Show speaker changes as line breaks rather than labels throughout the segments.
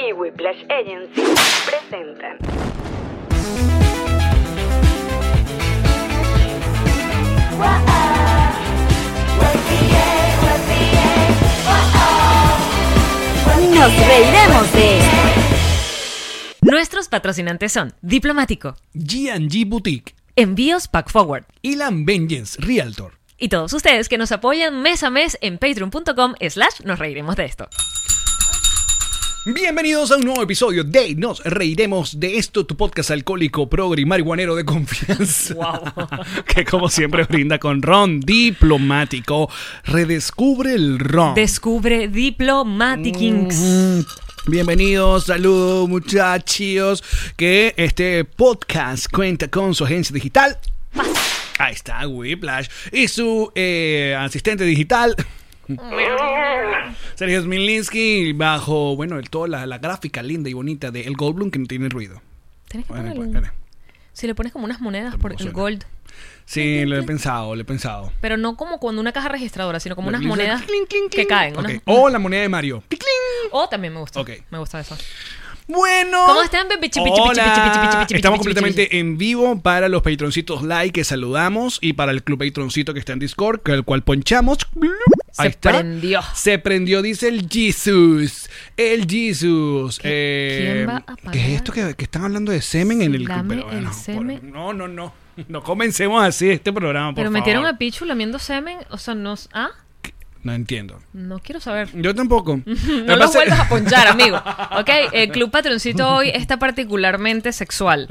y Whiplash Agency presentan
Nos reiremos de esto. Nuestros patrocinantes son Diplomático,
G&G Boutique,
Envíos Pack Forward
Elan Vengeance Realtor,
y todos ustedes que nos apoyan mes a mes en patreon.com slash nos reiremos de esto.
Bienvenidos a un nuevo episodio de Nos Reiremos de esto, tu podcast alcohólico, progre y marihuanero de confianza. que como siempre brinda con ron diplomático. Redescubre el ron.
Descubre Diplomatikings.
Mm. Bienvenidos, saludos muchachos. Que este podcast cuenta con su agencia digital. Ahí está, Whiplash. Y su eh, asistente digital. Sergio Smilinski, bajo, bueno, el, toda la, la gráfica linda y bonita de El Goldblum que no tiene ruido.
Tienes que
Bueno, pues,
ponerle-
bueno.
Si le pones como unas monedas por el
Suena.
gold.
Sí, lo he pensado, lo he pensado.
Pero no como cuando una caja registradora, sino como unas
Lo-
monedas
clink, clink,
que
clink.
caen.
Ok.
unas-
O la moneda de Mario. Clic, clic.
Oh, también me gusta.
Ok.
Me gusta eso.
Bueno.
¿Cómo están? Pichi, pichi, pichi, pichi, pichi, pichi, pichi,
Hola.
pichi,
Estamos
pichi,
completamente en vivo para los patroncitos like que saludamos y para el club patroncito que está en Discord, que el cual ponchamos.
Se
Ahí está.
prendió.
Se prendió, dice el Jesus. El Jesus.
¿Qué-
Eh,
quién va a pagar?
¿Qué es esto que, que están hablando de semen en el club?
Dame el
por-
semen.
no, no, no. No comencemos así este programa, por
Pero metieron
favor.
a Pichu lamiendo semen. O sea, no. Ah,
No entiendo.
no quiero saber.
Yo tampoco.
No los vuelvas a ponchar, amigo. Ok, el Club Patroncito hoy está particularmente sexual.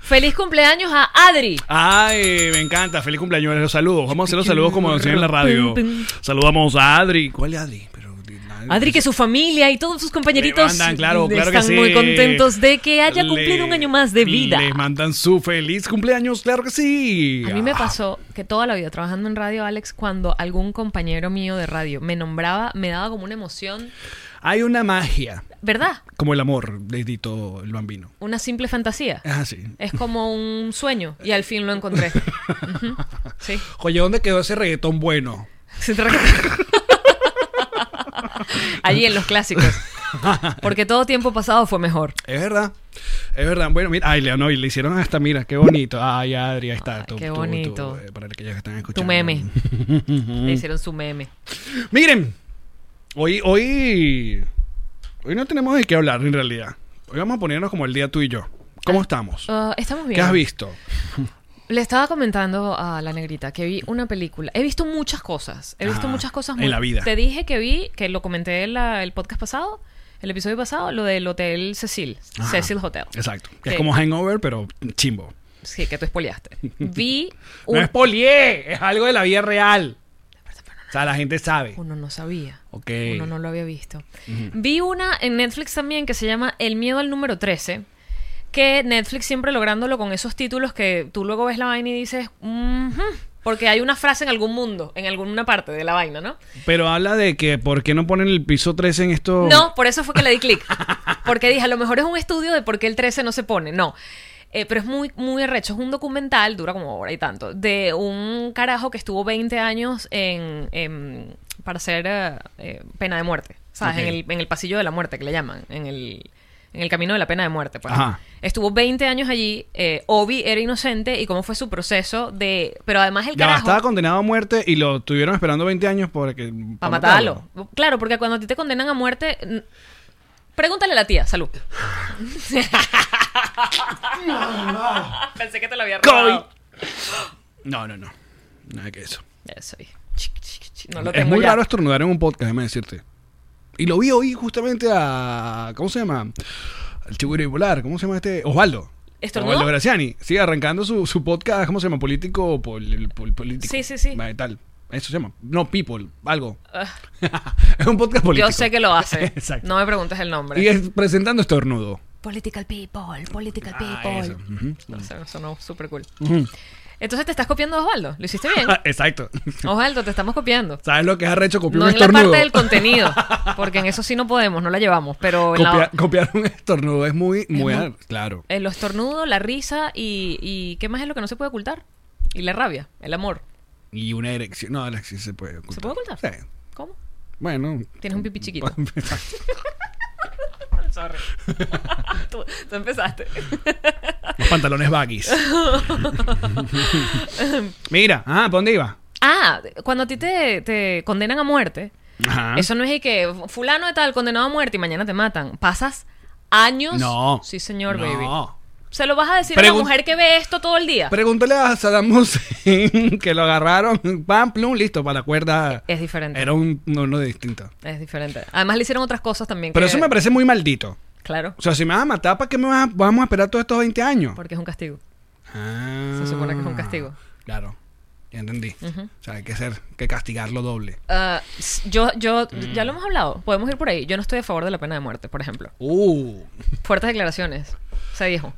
Feliz cumpleaños a Adri.
Ay, me encanta. Feliz cumpleaños. Los saludos. Vamos a hacer los saludos como decían en la radio. Saludamos a Adri. ¿Cuál es Adri? Pero,
Adri, que su familia y todos sus compañeritos
Le mandan, claro, claro que
están
sí.
muy contentos de que haya cumplido
Le-
un año más de vida.
Le mandan su feliz cumpleaños, claro que sí.
A mí me pasó que toda la vida trabajando en radio, Alex, cuando algún compañero mío de radio me nombraba, me daba como una emoción,
Hay una magia,
¿verdad?
como el amor de Edito el Bambino.
Una simple fantasía.
Es así.
Es como un sueño y al fin lo encontré. Ujú, Sí.
Oye, ¿dónde quedó ese reggaetón bueno?
Allí en los clásicos. Porque todo tiempo pasado fue mejor.
Es verdad. Es verdad. Bueno, mira. Ay, Leo, no, y le hicieron hasta, mira, qué bonito. Ay, Adri, ahí está.
Ay, qué bonito.
eh, para aquellos que están escuchando.
Tu meme. Le hicieron su meme.
Miren, hoy, hoy, hoy no tenemos de qué hablar en realidad. Hoy vamos a ponernos como el día tú y yo. ¿Cómo estamos?
Ah, estamos bien.
¿Qué has visto?
Le estaba comentando a la negrita que vi una película. He visto muchas cosas. He visto
Ah,
muchas cosas
en la vida.
Te dije que vi, que lo comenté en la- el podcast pasado, el episodio pasado, lo del Hotel Cecil.
Ajá.
Cecil Hotel.
Exacto.
Sí.
Que Ah. es como hangover, pero chimbo.
Sí, que tú espoliaste. Vi un...
No es polié, es algo de la vida real. O sea, la gente sabe.
Uno no sabía.
Ok.
Uno no lo había visto. Vi una en Netflix también que se llama El miedo al número 13. Que Netflix siempre lográndolo con esos títulos que tú luego ves la vaina y dices, "Ujú", porque hay una frase en algún mundo, en alguna parte de la vaina, ¿no?
Pero habla de que, ¿por qué no ponen el piso 13 en esto?
No, por eso fue que le di clic. Porque dije, a lo mejor es un estudio de por qué el 13 no se pone. No. Eh, pero es muy, muy arrecho. Es un documental, dura como hora y tanto, de un carajo que estuvo 20 años en, en- para hacer eh, eh, pena de muerte. ¿Sabes?
Ok.
En, el, en el pasillo de la muerte, que le llaman. En el, en el camino de la pena de muerte. pues.
Ajá.
Estuvo 20 años allí. eh, Obi era inocente y cómo fue su proceso de... Pero además el
Ya va,
carajo...
estaba condenado a muerte y lo tuvieron esperando 20 años para que.
Para matarlo. Claro, porque cuando a ti te condenan a muerte. n- Pregúntale a la tía, salud. Pensé que te lo había robado. Ah.
No, no, no. Nada que eso.
Eso, y- chic, chic, chic, No lo
es
tengo
muy
ya.
raro estornudar en un podcast, déjame decirte. Y lo vi hoy justamente a. ¿Cómo se llama? Al chico bipolar, ¿cómo se llama este? Osvaldo.
¿Estornudó?
Osvaldo Graciani. Sí, arrancando su, su podcast, ¿cómo se llama? Político. pol- pol- político.
Sí, sí, sí.
Ah, Tal. Eso se llama. No, people, algo. es un podcast político.
Yo sé que lo hace.
Exacto.
No me preguntes el nombre.
Y es presentando estornudo.
Political people, political
Ah,
people.
eso. Ujú.
No sé, me sonó súper cool. Entonces te estás copiando a Osvaldo. Lo hiciste bien.
Exacto.
Osvaldo, te estamos copiando.
¿Sabes lo que es arrecho copiar
No
un
en la
estornudo?
parte del contenido, porque en eso sí no podemos, no la llevamos, pero en, la-
Copiar, copiar un estornudo es muy, muy, ar- claro.
en los tornudos, eh, la risa y, y ¿qué más es lo que no se puede ocultar? Y la rabia, el amor.
Y una erección. No, la erección se puede ocultar.
¿Se puede ocultar?
Sí.
¿Cómo?
Bueno.
Tienes un pipí chiquito. Sorry. tú, tú empezaste.
Los pantalones baggies. Mira, ah, ¿para dónde iba?
Ah, cuando a ti te, te condenan a muerte,
Ajá.
eso no es de que fulano de tal condenado a muerte y mañana te matan. Pasas años.
No.
Sí, señor,
No.
baby. Se lo vas a decir a
Pregun-
la mujer que ve esto todo el día.
Pregúntale a Saddam Hussein que lo agarraron, pam, plum, listo, para la cuerda.
es diferente.
Era un, no, no distinto.
Es diferente. Además le hicieron otras cosas también.
Pero
que-
eso me parece muy maldito.
Claro,
O sea, si me vas a matar, ¿para qué me vas a- vamos a esperar todos estos 20 años?
porque es un castigo.
Ah.
Se supone que es un castigo.
Claro, ya entendí. O sea, hay que ser, que castigarlo doble.
Ah, s- yo, yo, ya
Mm.
lo hemos hablado. Podemos ir por ahí. Yo no estoy a favor de la pena de muerte, por ejemplo.
Uh,
Fuertes declaraciones. Se dijo.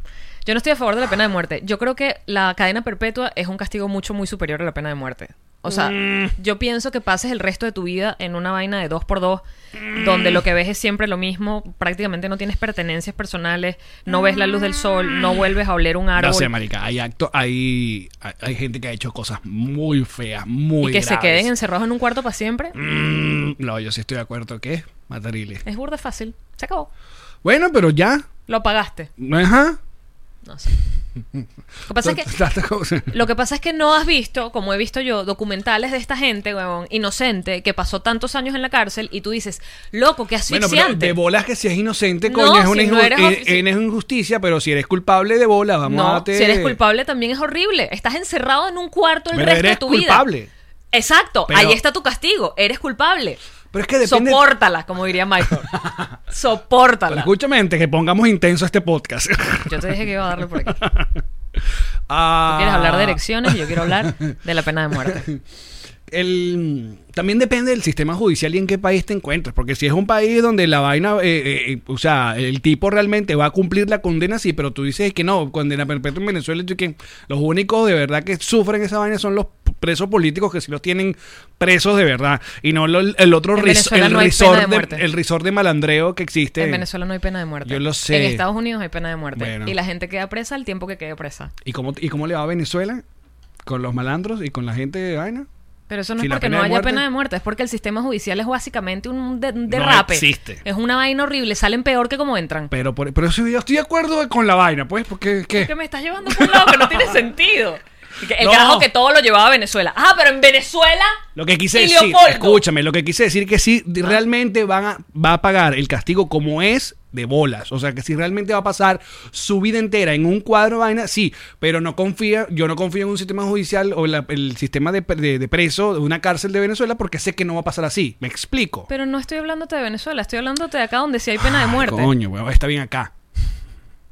Yo no estoy a favor de la pena de muerte. Yo creo que la cadena perpetua es un castigo mucho, muy superior a la pena de muerte. O sea,
Mm.
yo pienso que pases el resto de tu vida en una vaina de dos por dos, donde lo que ves es siempre lo mismo, prácticamente no tienes pertenencias personales, no ves la luz del sol, no vuelves a oler un árbol.
Mm. no sé, marica, hay acto, hay, hay, hay gente que ha hecho cosas muy feas, muy
y que se
graves.
queden encerrados en un cuarto para siempre.
Mm, no, yo sí estoy de acuerdo que es matariles.
Es burda fácil. Se acabó.
Bueno, pero ya, ah?
Lo apagaste.
ajá.
No sé. Lo que pasa es que Lo que pasa es que no has visto, como he visto yo, documentales de esta gente, huevón, inocente, que pasó tantos años en la cárcel y tú dices, loco, qué
Bueno, pero
asfixiante.
de bolas que si es inocente,
No,
coño, es,
si
una
no
inju-
eres
es-
ofici-
es injusticia, pero si eres culpable de bolas, vamos a
no,
darte-
si eres culpable también es horrible. Estás encerrado en un cuarto el
Pero
resto
eres
de tu
culpable.
vida. Exacto,
Pero-
ahí está tu castigo. Eres culpable.
Pero es que depende...
Sopórtala, como diría Michael.
Pero
Sopórtala.
escúchame, gente, que pongamos intenso este podcast.
Yo te dije que iba a darle por aquí.
Ah,
Quieres hablar de erecciones y yo quiero hablar de la pena de muerte.
Ah, El, también depende del sistema judicial y en qué país te encuentres. Porque si es un país donde la vaina, eh, eh, o sea, el tipo realmente va a cumplir la condena, sí, pero tú dices que no, condena perpetua en Venezuela, yo que los únicos de verdad que sufren esa vaina son los presos políticos que sí los tienen presos de verdad. Y no lo- el otro
En
ris-
Venezuela
el,
no hay pena de
resort de,
muerte.
el resort de malandreo que existe.
En Venezuela no hay pena de muerte.
Este, Yo lo sé.
En Estados Unidos hay pena de muerte.
Bueno.
Y la gente queda presa el tiempo que quede presa.
¿Y cómo, ¿Y cómo le va a Venezuela? Con los malandros y con la gente de vaina.
Pero eso no
Si
es
la
porque
pena
no
de
haya
muerte-
pena de muerte, es porque el sistema judicial es básicamente un, de- un derrape.
existe.
Es una vaina horrible, salen peor que como entran.
Pero, por, pero sí, yo estoy de acuerdo con la vaina, pues, porque ¿qué?
Que me estás llevando por un lado que no tiene sentido. Y que- El
No.
carajo que todo lo llevaba a Venezuela. Ah, pero en Venezuela.
Lo que quise
y
decir,
Leopoldo.
escúchame, lo que quise decir que si
Ah.
realmente van a, va a pagar el castigo como es de bolas, o sea que si realmente va a pasar su vida entera en un cuadro de vaina, sí, pero no confía, yo no confío en un sistema judicial o la- el sistema de, pre- de- de preso de una cárcel de Venezuela porque sé que no va a pasar así, me explico.
Pero no estoy hablándote de Venezuela, estoy hablándote de acá donde sí hay pena de muerte.
Coño, weón, está bien acá,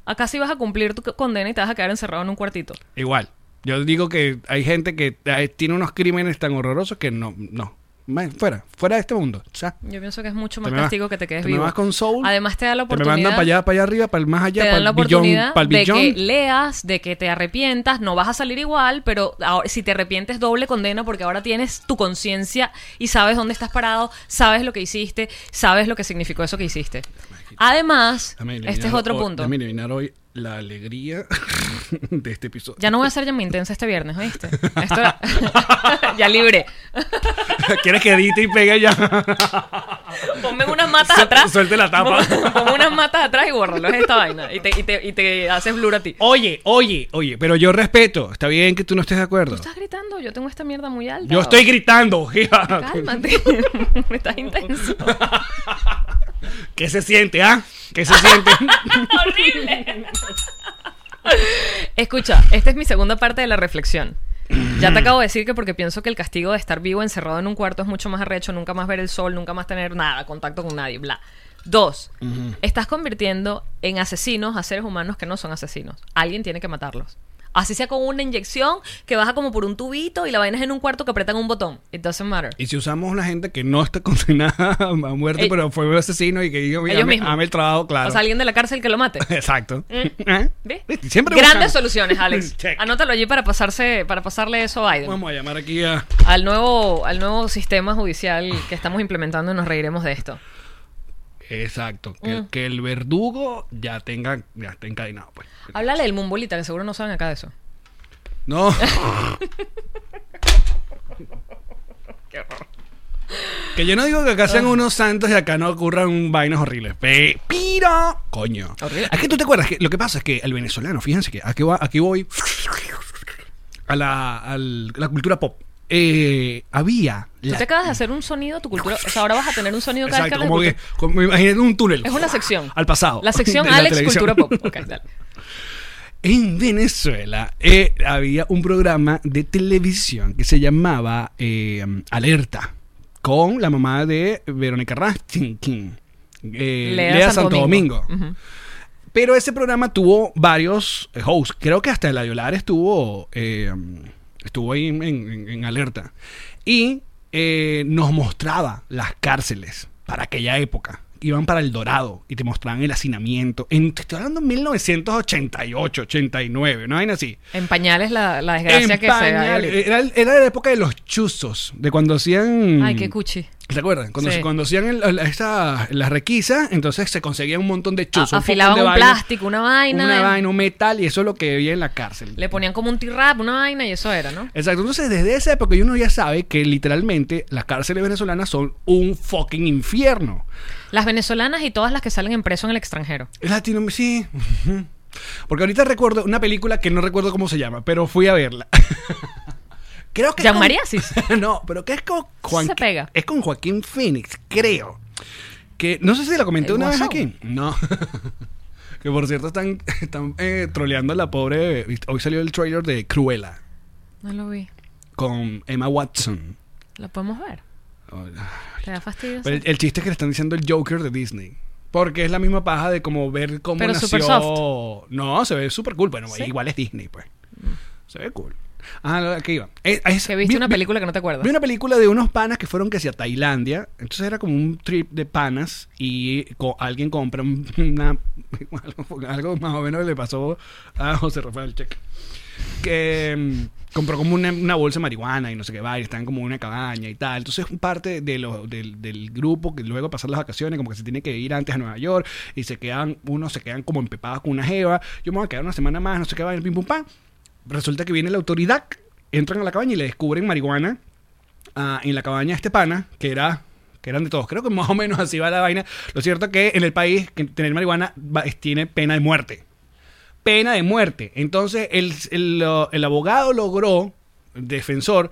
Acá sí vas a cumplir tu c- condena y te vas a quedar encerrado en un cuartito.
igual. Yo digo que hay gente que eh, tiene unos crímenes tan horrorosos que no, no, Man, fuera, fuera de este mundo, ya.
Yo pienso que es mucho más
Te me vas-
castigo que te quedes
te me
vivo.
vas con Soul,
Además te da la
Te me
oportunidad.
mandan para allá, para allá arriba, para el más allá,
te dan
para
la
el billón,
oportunidad
para el
de
billón.
que leas, de que te arrepientas, no vas a salir igual, pero ahora- si te arrepientes doble condena porque ahora tienes tu conciencia y sabes dónde estás parado, sabes lo que hiciste, sabes lo que significó eso que hiciste. Además,
Déjame eliminar
este es otro
hoy-
punto.
Déjame eliminar hoy la alegría de este episodio.
Ya no voy a ser llama intensa este viernes, ¿oíste? Esto era- ya libre.
¿Quieres que edite y pegue ya?
Ponme unas matas
Su-
atrás.
suelte la tapa.
Ponme unas matas atrás y bórralo. Es esta vaina. Y te, y te- y te haces blur a ti.
oye, oye, oye, pero yo respeto. Está bien que tú no estés de acuerdo.
¿Estás gritando? Yo tengo esta mierda muy alta.
Yo estoy gritando, jiba.
Cálmate. Estás intenso.
¿Qué se siente, ah? ¿Qué se siente?
¡Horrible! Escucha, esta es mi segunda parte de la reflexión. Ya te acabo de decir que porque pienso que el castigo de estar vivo encerrado en un cuarto es mucho más arrecho, nunca más ver el sol, nunca más tener nada, contacto con nadie, bla. Dos, estás convirtiendo en asesinos a seres humanos que no son asesinos. Alguien tiene que matarlos. Así sea con una inyección que baja como por un tubito y la vaina es en un cuarto que apretan un botón. It doesn't matter.
Y si usamos la gente que no está condenada a muerte,
Ey-
pero fue un asesino y que dijo, mira,
Eh, Ellos
ame-
mismos.
ame el trabajo, claro.
O sea, alguien de la cárcel que lo mate.
Exacto.
Mm.
¿Eh?
¿Ve?
¿Viste? Siempre
Grandes
buscando.
soluciones, Alex.
Check.
Anótalo allí para pasarse, para pasarle eso a Biden.
Vamos a llamar aquí a...
Al nuevo, al nuevo sistema judicial que estamos implementando y nos reiremos de esto.
Exacto. Que,
Mm.
que el verdugo ya tenga, ya esté encadenado, pues.
Háblale del mumbolita, que seguro no saben acá de eso.
No. Que yo no digo que acá
Ah.
sean unos santos y acá no ocurran vainas horribles. Pe- Pero, coño.
Horrible.
Es que tú te acuerdas que lo que pasa es que el venezolano, fíjense que aquí, va- aquí voy a la, al- la cultura pop. Eh, había.
Tú
la-
te acabas de hacer un sonido, tu cultura. O sea, ahora vas a tener un sonido cada
Exacto,
vez que
como
hables
que,
de
como imagínate un túnel.
cultura. Es una sección.
Al pasado.
La sección
de la
Alex
televisión.
Cultura Pop. Ok, dale.
En Venezuela eh, había un programa de televisión que se llamaba eh, Alerta con la mamá de Verónica Rastinkin. Eh, Lea, Santo Domingo.
Ujú.
Pero ese programa tuvo varios eh, hosts. Creo que hasta el Yolar estuvo, eh, estuvo ahí en, en- en alerta. Y eh, nos mostraba las cárceles para aquella época. Iban para El Dorado y te mostraban el hacinamiento. En, te estoy hablando de 1988, 89, una vaina así.
En pañales la, la desgracia
En
que se da.
pañales. era, era la época de los chuzos, de cuando hacían...
Ay, qué cuchi.
¿Se acuerdan? Cuando,
Sí.
se- cuando hacían el- la- esa- las requisas, entonces se conseguía un montón de chuzos.
A-
un poco
afilaban
de
un
vaina,
plástico, una vaina.
Una vaina, un metal, y eso es lo que veía en la cárcel.
Le ponían como un T-rap, una vaina y eso era, ¿no?
Exacto. Entonces, desde esa época uno ya sabe que literalmente las cárceles venezolanas son un fucking infierno.
Las venezolanas y todas las que salen en preso en el extranjero.
Es latino, sí. Porque ahorita recuerdo una película que no recuerdo cómo se llama, pero fui a verla. creo que. es
Jean
con-
Mariasis.
no, pero que es con Juan.
Se pega.
Es con Joaquín Phoenix, creo. Que no sé si la comenté
El
una vez
Guasón.
aquí. No. que por cierto están, están eh, troleando a la pobre. Hoy salió el trailer de Cruella
No lo vi.
con Emma Watson.
¿La podemos ver? ¿Te da fastidio?
Pero eh, el, el chiste es que le están diciendo el Joker de Disney. Porque es la misma paja de como ver cómo
Pero
nació.
super
No, se ve súper cool. Bueno,
¿Sí? Mm.
igual es Disney, pues. Se ve cool. Ah, no, aquí iba. Eh, es-
Que viste
vi-
una
vi-
película que no te acuerdas.
Vi una película de unos panas que fueron que hacia Tailandia. Entonces era como un trip de panas y co- alguien compra un- una, algo, algo más o menos que le pasó a José Rafael Cheque. Que mm, compró como una, una bolsa de marihuana y no sé qué va, y están como en una cabaña y tal. Entonces parte de lo- del, del grupo que luego pasar las vacaciones, como que se tiene que ir antes a Nueva York y se quedan, unos se quedan como empepados con una jeva. Yo me voy a quedar una semana más, no sé qué va, pim pum pam. Resulta que viene la autoridad, entran a la cabaña y le descubren marihuana ah, en la cabaña de este pana, que era que eran de todos. Creo que más o menos así va la vaina. Lo cierto que en el país que tener marihuana va- es- tiene pena de muerte. Pena de muerte. Entonces el, el, lo- el abogado logró, el defensor,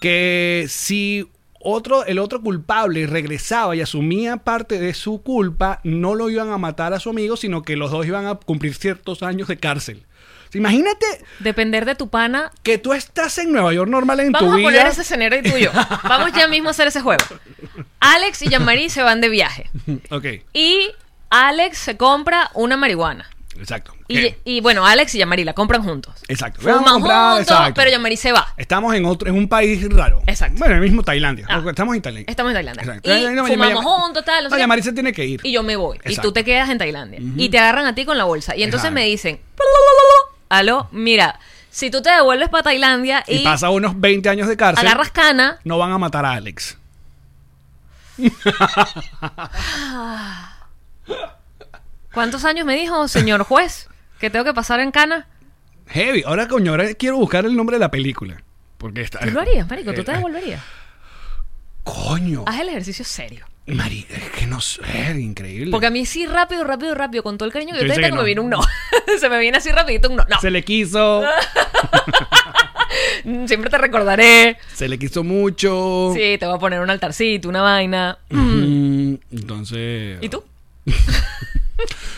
que si otro, el otro culpable regresaba y asumía parte de su culpa, no lo iban a matar a su amigo, sino que los dos iban a cumplir ciertos años de cárcel. Imagínate
Depender de tu pana.
que tú estás en Nueva York normal en
Vamos
tu
a
vida.
poner ese escenario tuyo. Vamos ya mismo a hacer ese juego. Alex y Jean-Marie se van de viaje.
Ok,
Y Alex se compra una marihuana.
exacto.
Y,
Eh.
y bueno, Alex y Jean-Marie la compran juntos.
Exacto.
Fuman
Vamos a comprar,
juntos,
exacto.
pero Jean-Marie se va.
Estamos en otro, en un país raro.
Exacto.
Bueno, el mismo Tailandia.
Ah.
Estamos en Tailandia.
Estamos en Tailandia.
Exacto.
Y
Eh, no,
fumamos
llama-
juntos, tal, no sé
No,
qué.
Yamari se tiene que ir.
Y yo me voy. Y
Exacto.
tú te quedas en Tailandia. Y te agarran a ti con la bolsa. Y entonces
Exacto.
me dicen, aló, mira, si tú te devuelves para Tailandia
Y
y,
pasa unos 20 años de cárcel.
agarras cana,
No van a matar a Alex.
¿cuántos años me dijo, señor juez, que tengo que pasar en cana?
Heavy. Ahora, coño, ahora quiero buscar el nombre de la película. Porque está.
Tú lo harías, marico, tú te
Eh,
devolverías.
Coño.
Haz el ejercicio serio.
Mari, es que no sé. Increíble.
Porque a mí sí, rápido, rápido, rápido, con todo el cariño que
Yo
yo te
dice
tengo,
que no.
me viene un no. Se me viene así rapidito un no. No,
Se le quiso.
Mm, siempre te recordaré.
se le quiso mucho.
Sí, te voy a poner un altarcito, una vaina. Mm.
Mm, Entonces.
¿Y tú? ¡Ah!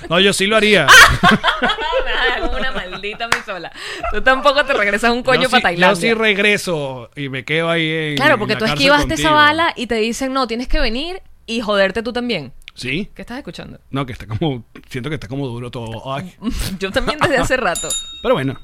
No, yo sí lo haría.
Nada, como una maldita me sola. Tú tampoco te regresas un coño
Yo sí-
para Tailandia.
Yo sí regreso y me quedo ahí en.
claro,
en
porque
la
tú
cárcel
esquivaste esa
contigo.
bala y te dicen, no, tienes que venir y joderte tú también.
¿Sí?
¿Qué estás escuchando?
No, que está como. Siento que está como duro todo. Ay.
Yo también desde hace rato.
Pero bueno,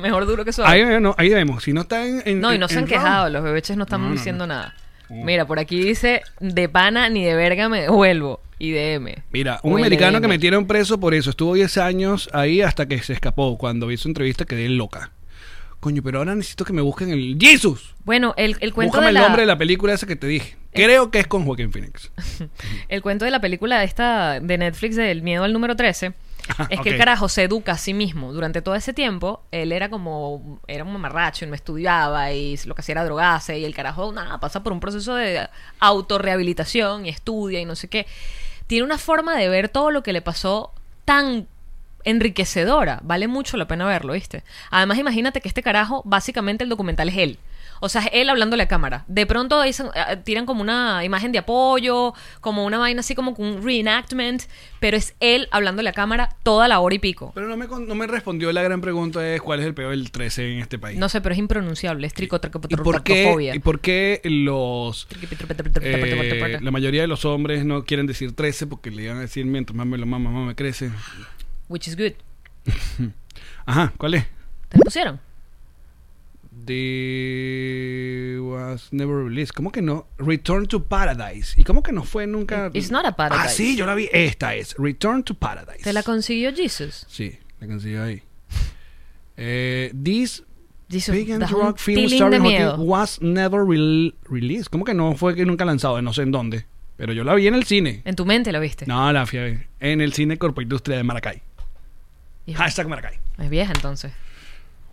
Mejor duro que suave.
ahí, no, ahí vemos. Si no están en.
No, y
en-
no se
en
han
Raw,
quejado, los bebeches no están
No, Uh. no,
diciendo nada. Mira, por aquí dice, de pana ni de verga me devuelvo. IDM.
Mira, un
O
americano que
LDM.
metieron preso por eso. Estuvo 10 años ahí hasta que se escapó. Cuando vi su entrevista quedé loca. Coño, pero ahora necesito que me busquen el. ¡Jesus!
Bueno, el, el cuento
Búscame
de
el
la,
nombre de la película esa que te dije. Creo que es con Joaquín Phoenix.
el cuento de la película esta de Netflix del miedo al número 13
Ah,
es que
ok.
el carajo se educa a sí mismo. Durante todo ese tiempo, él era como, era un mamarracho y no estudiaba y lo que hacía era drogarse y el carajo, nada, pasa por un proceso de autorrehabilitación y estudia y no sé qué. Tiene una forma de ver todo lo que le pasó tan enriquecedora. Vale mucho la pena verlo, ¿viste? Además, imagínate que este carajo, básicamente el documental es él. O sea, es él hablando a la cámara. De pronto dicen- eh, tiran como una imagen de apoyo, como una vaina así como un reenactment, pero es él hablando a la cámara toda la hora y pico.
Pero no me, con- no me respondió la gran pregunta es cuál es el peor del 13 en este país.
No sé, pero es impronunciable, es
¿Y por qué,
tricotracopotrofobia.
¿Y por qué los... eh, la mayoría de los hombres no quieren decir 13 porque le iban a decir mientras más me lo mama, más me crece.
Which is good.
Ajá, ¿cuál es?
¿Te lo pusieron?
The was never released. ¿Cómo que no? Return to Paradise. ¿Y cómo que no fue nunca?
It's not a paradise.
Ah, sí, yo la vi. Esta es. Return to Paradise.
¿Te la consiguió Jesus?
Sí, la consiguió ahí. Eh, this
Jesus,
Big and
das un
Rock Film
tilín de
starring Joaquin
miedo.
was never rel- released. ¿Cómo que no fue que nunca lanzado? No sé en dónde. Pero yo la vi en el cine.
En tu mente lo viste.
No, la fui a ver. En el cine Corpo Industria de Maracay.
Y-
Hashtag Maracay.
Es vieja entonces.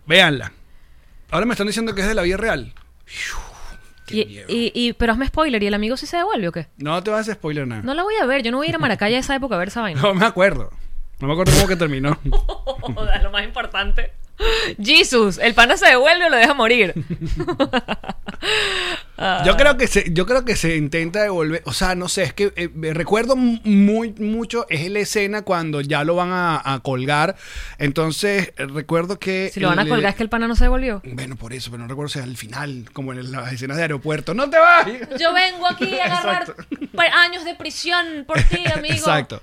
Véanla. Ahora me están diciendo que es de la vida real. Qué
Y,
miedo.
y- y- pero hazme spoiler, ¿y el amigo sí se devuelve o qué?
No te vas a spoiler nada.
No la voy a ver, yo no voy a ir a Maracay a esa época a ver esa vaina.
No me acuerdo. No me acuerdo cómo que terminó.
Joda, lo más importante. Jesus, el pana se devuelve o lo deja morir.
Yo creo que se, yo creo que se intenta devolver, o sea, no sé, es que eh, me recuerdo muy mucho es la escena cuando ya lo van a, a colgar. Entonces eh, recuerdo que
Si lo van a
el-
colgar es que el pana no se devolvió.
Bueno, por eso, pero no recuerdo si es al final, como en las escenas de aeropuerto. ¡No te vas!
Yo vengo aquí a agarrar pa- años de prisión por ti, amigo.
Exacto.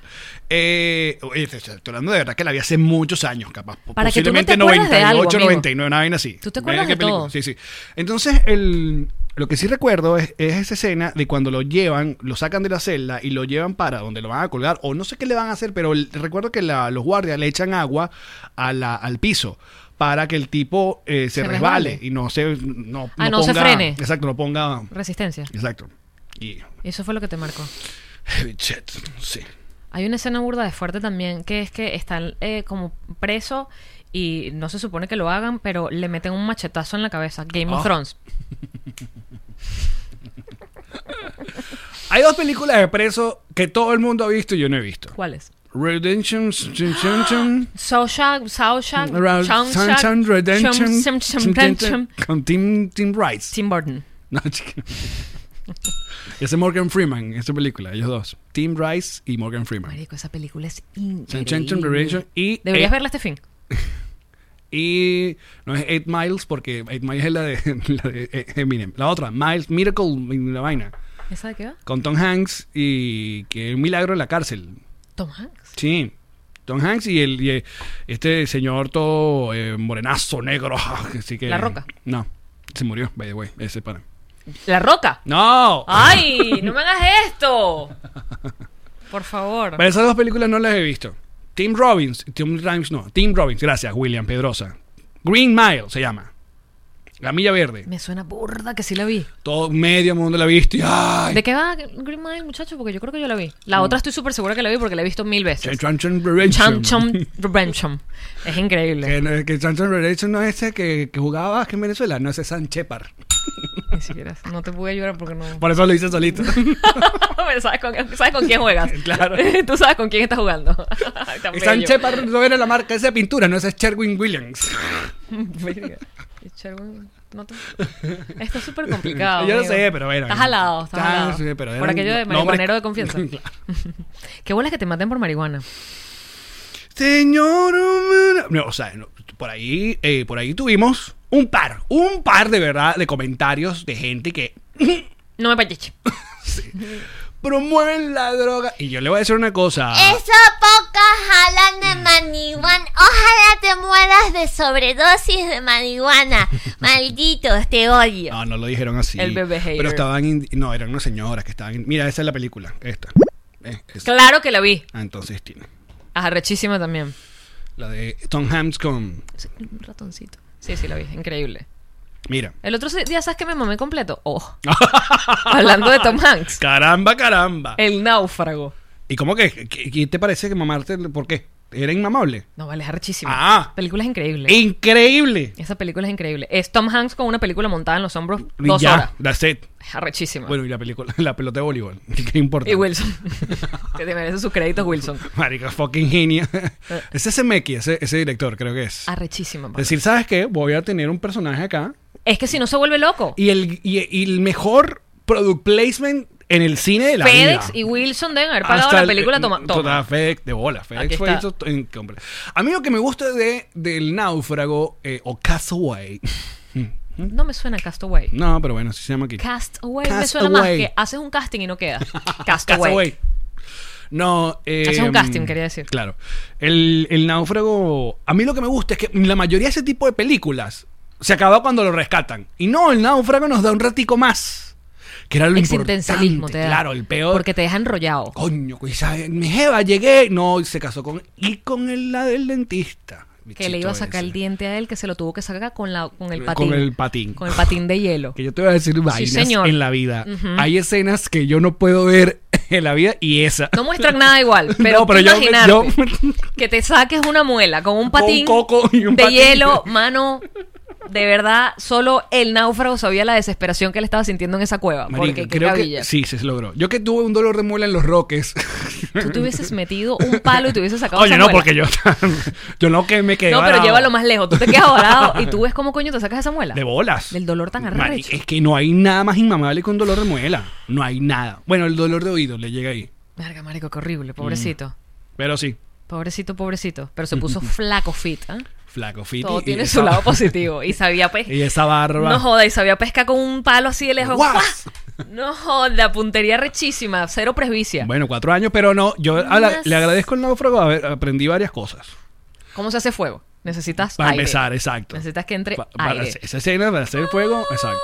Eh, oye, te estoy hablando de verdad que la vi hace muchos años, capaz.
Para que tú no te
posiblemente
acuerdes de algo, amigo.
99, una vaina así.
Tú te
Mira
acuerdas
qué
de todo.
película. Sí, sí. Entonces, el, lo que sí recuerdo es, es esa escena de cuando lo llevan, lo sacan de la celda y lo llevan para donde lo van a colgar, o no sé qué le van a hacer, pero el- recuerdo que la- los guardias le echan agua a la- al piso para que el tipo eh, se,
Se
resbale,
resbale.
y no se no,
Ah, no se frene.
exacto no ponga
Resistencia.
exacto y
Eso fue lo que te marcó.
heavy shit sí
Hay una escena burda de fuerte también, que es que están eh, como preso y no se supone que lo hagan, pero le meten un machetazo en la cabeza. Game
Ah.
of Thrones.
Hay dos películas de preso que todo el mundo ha visto y yo no he visto.
¿Cuál es?
Redemption, Chun, Chun, Chun,
Shawshank, Shawshank,
Around Chun,
Shawshank,
Chun, Redemption,
Shum- Shum-
Chun,
Shum-
Chun,
Shum-
Chun, con Tim, Tim Rice.
Tim Burton.
No, chica. Ese Morgan Freeman, esa película, ellos dos. Tim Rice y Morgan Freeman.
Marico, esa película es
Chun, Chun, Chun, Redemption
increíble.
y...
Deberías
eh,
verla este fin.
Y no es 8 Miles porque 8 Miles es la de, la de Eminem. La otra, Miles, Miracle, la vaina.
¿Esa de qué va?
Con Tom Hanks y que es un milagro en la cárcel.
Tom Hanks.
Sí. Tom Hanks y el y, eh, este señor todo eh, morenazo, negro. Así que,
La Roca.
No. Se murió, by the way. Ese para.
La Roca.
¡No!
¡Ay! ¡No me hagas esto! Por favor.
Pero esas dos películas no las he visto. Tim Robbins. Tim Rimes no. Tim Robbins. Gracias, William Pedrosa. Green Mile se llama. La Milla Verde.
Me suena burda que sí la vi.
Todo medio mundo la ha visto y ¡ay!
¿De qué va Green Mile, muchacho? Porque yo creo que yo la vi.
Mm.
La otra estoy súper segura que la vi porque la he visto mil
Chan,
veces.
chan, chan, Redemption.
Cham Cham Redemption. Es increíble.
Que, no- que Chan Chan Redemption no es ese que, que jugaba aquí en Venezuela, no ese San Shepard.
Ni siquiera. No te pude llorar porque no.
Por eso lo hice solito.
Pero sabes, con, sabes con quién juegas.
Claro.
Tú sabes con quién estás jugando. Tan
Y San
bello.
Shepard no era la marca esa pintura, no ese es Sherwin Williams.
Verga. Y Sherwin, no te- Está súper complicado.
Yo lo
amigo.
sé, pero bueno.
Estás jalado, estás
Ah,
jalado.
sí,
por
pero eran
aquello de
nombres-
marihuanero de confianza. Qué bolas que te maten por marihuana.
Señor. humana- No, o sea, no, por ahí, eh, por ahí tuvimos un par, un par de verdad de comentarios de gente que
No me pachiche.
promueven la droga. Y yo le voy a decir una cosa.
Esa poca jalan de marihuana. Ojalá te mueras de sobredosis de marihuana. Malditos, te odio.
No, no lo dijeron así.
El bebé hater.
Pero estaban. in- No, eran unas señoras que estaban. in- Mira, esa es la película. Esta. Eh, esa.
Claro que la vi.
Ah, entonces tiene.
Arrechísima también.
La de Tom Hanks con.
Sí, Un ratoncito. Sí, sí, la vi. Increíble.
Mira.
El otro día, ¿sabes que me mamé completo? Oh.
Ah.
Hablando de Tom Hanks.
Caramba, caramba.
El náufrago.
¿Y cómo que? ¿Qué, qué te parece que mamarte? ¿Por qué? Era inmamable.
No, vale, es arrechísima.
Ah.
Película es increíble.
Increíble.
Esa película es increíble. Es Tom Hanks con una película montada en los hombros
Y
dos horas.
ya, that's it.
Es arrechísima.
Bueno, y la película, la pelota de voleibol. ¿Qué importa?
y Wilson. que te merece sus créditos, Wilson.
Marica, fucking genio.
Eh.
ese es Meki, ese, ese director, creo que es.
Ah, Arrechísima. papá.
Decir, ¿sabes qué? Voy a tener un personaje acá.
Es que si no se vuelve loco.
Y el, y, y el mejor product placement en el cine de la
FedEx
vida.
y Wilson deben haber pagado la
el- eh,
película. Toma. toma.
total, FedEx, de bola. FedEx
Aquí
fue
está.
eso en compra. A mí lo que me gusta de, del náufrago eh, o Castaway.
No me suena Castaway.
No, pero bueno, así se llama aquí.
Castaway me suena más
Castaway.
que haces un casting y no queda.
Castaway.
Castaway.
No, eh,
Hace un casting, quería decir.
Claro. El, el náufrago. A mí lo que me gusta es que la mayoría de ese tipo de películas se acaba cuando lo rescatan. Y no, el náufrago nos da un ratico más. Que era lo
Es
importante.
intencionalismo, te da.
Claro, el peor.
Porque te deja enrollado.
Coño, pues, ¿sabes? mi jeva, llegué. No, y se casó con. Y con el, la del dentista.
Que le iba a sacar el
Bichito
diente a él, que se lo tuvo que sacar con, la, con el
Con
patín.
el patín.
Con el patín de hielo.
ese. Que yo te voy a decir vainas
señor.
en la vida.
Ujú.
Hay escenas que yo no puedo ver en la vida y esa.
No muestran nada igual, pero,
No, pero
tú
yo-
imaginarte
yo-
que te saques una muela con un
Con
patín
coco y un
de
patín.
hielo, mano. De verdad, solo el náufrago sabía la desesperación que él estaba sintiendo en esa cueva.
Marica,
porque qué
creo
cabilla.
que sí, se logró. Yo que tuve un dolor de muela en los roques.
Tú te hubieses metido un palo y te hubieses sacado
Oye,
esa
no,
muela.
porque yo, yo no que me quedé
No, pero
varado.
llévalo más lejos. Tú te quedas varado y tú ves cómo coño te sacas esa muela.
De bolas.
Del dolor tan
Marica,
arrecho.
Es que no hay nada más inmamable que un dolor de muela. No hay nada. Bueno, el dolor de oído le llega ahí.
Verga, marico, qué horrible. Pobrecito.
Mm. Pero sí,
Pobrecito, pobrecito. Pero se puso flaco fit, ¿eh?
flaco, fiti.
Todo
y
tiene
esa-
su lado positivo. Y sabía pues, pescar.
Y esa barba.
No joda, y sabía pescar con un palo así de lejos.
¡Guas!
¡Guau! No joda, puntería rechísima, cero presbicia.
Bueno, cuatro años, pero no. Yo a la-
Unas-
le agradezco el náufrago. A ver, aprendí varias cosas.
¿Cómo se hace fuego? Necesitas
Para
aire.
empezar, exacto.
Necesitas que entre
Pa- para
aire.
hacer- esa escena para hacer fuego, exacto.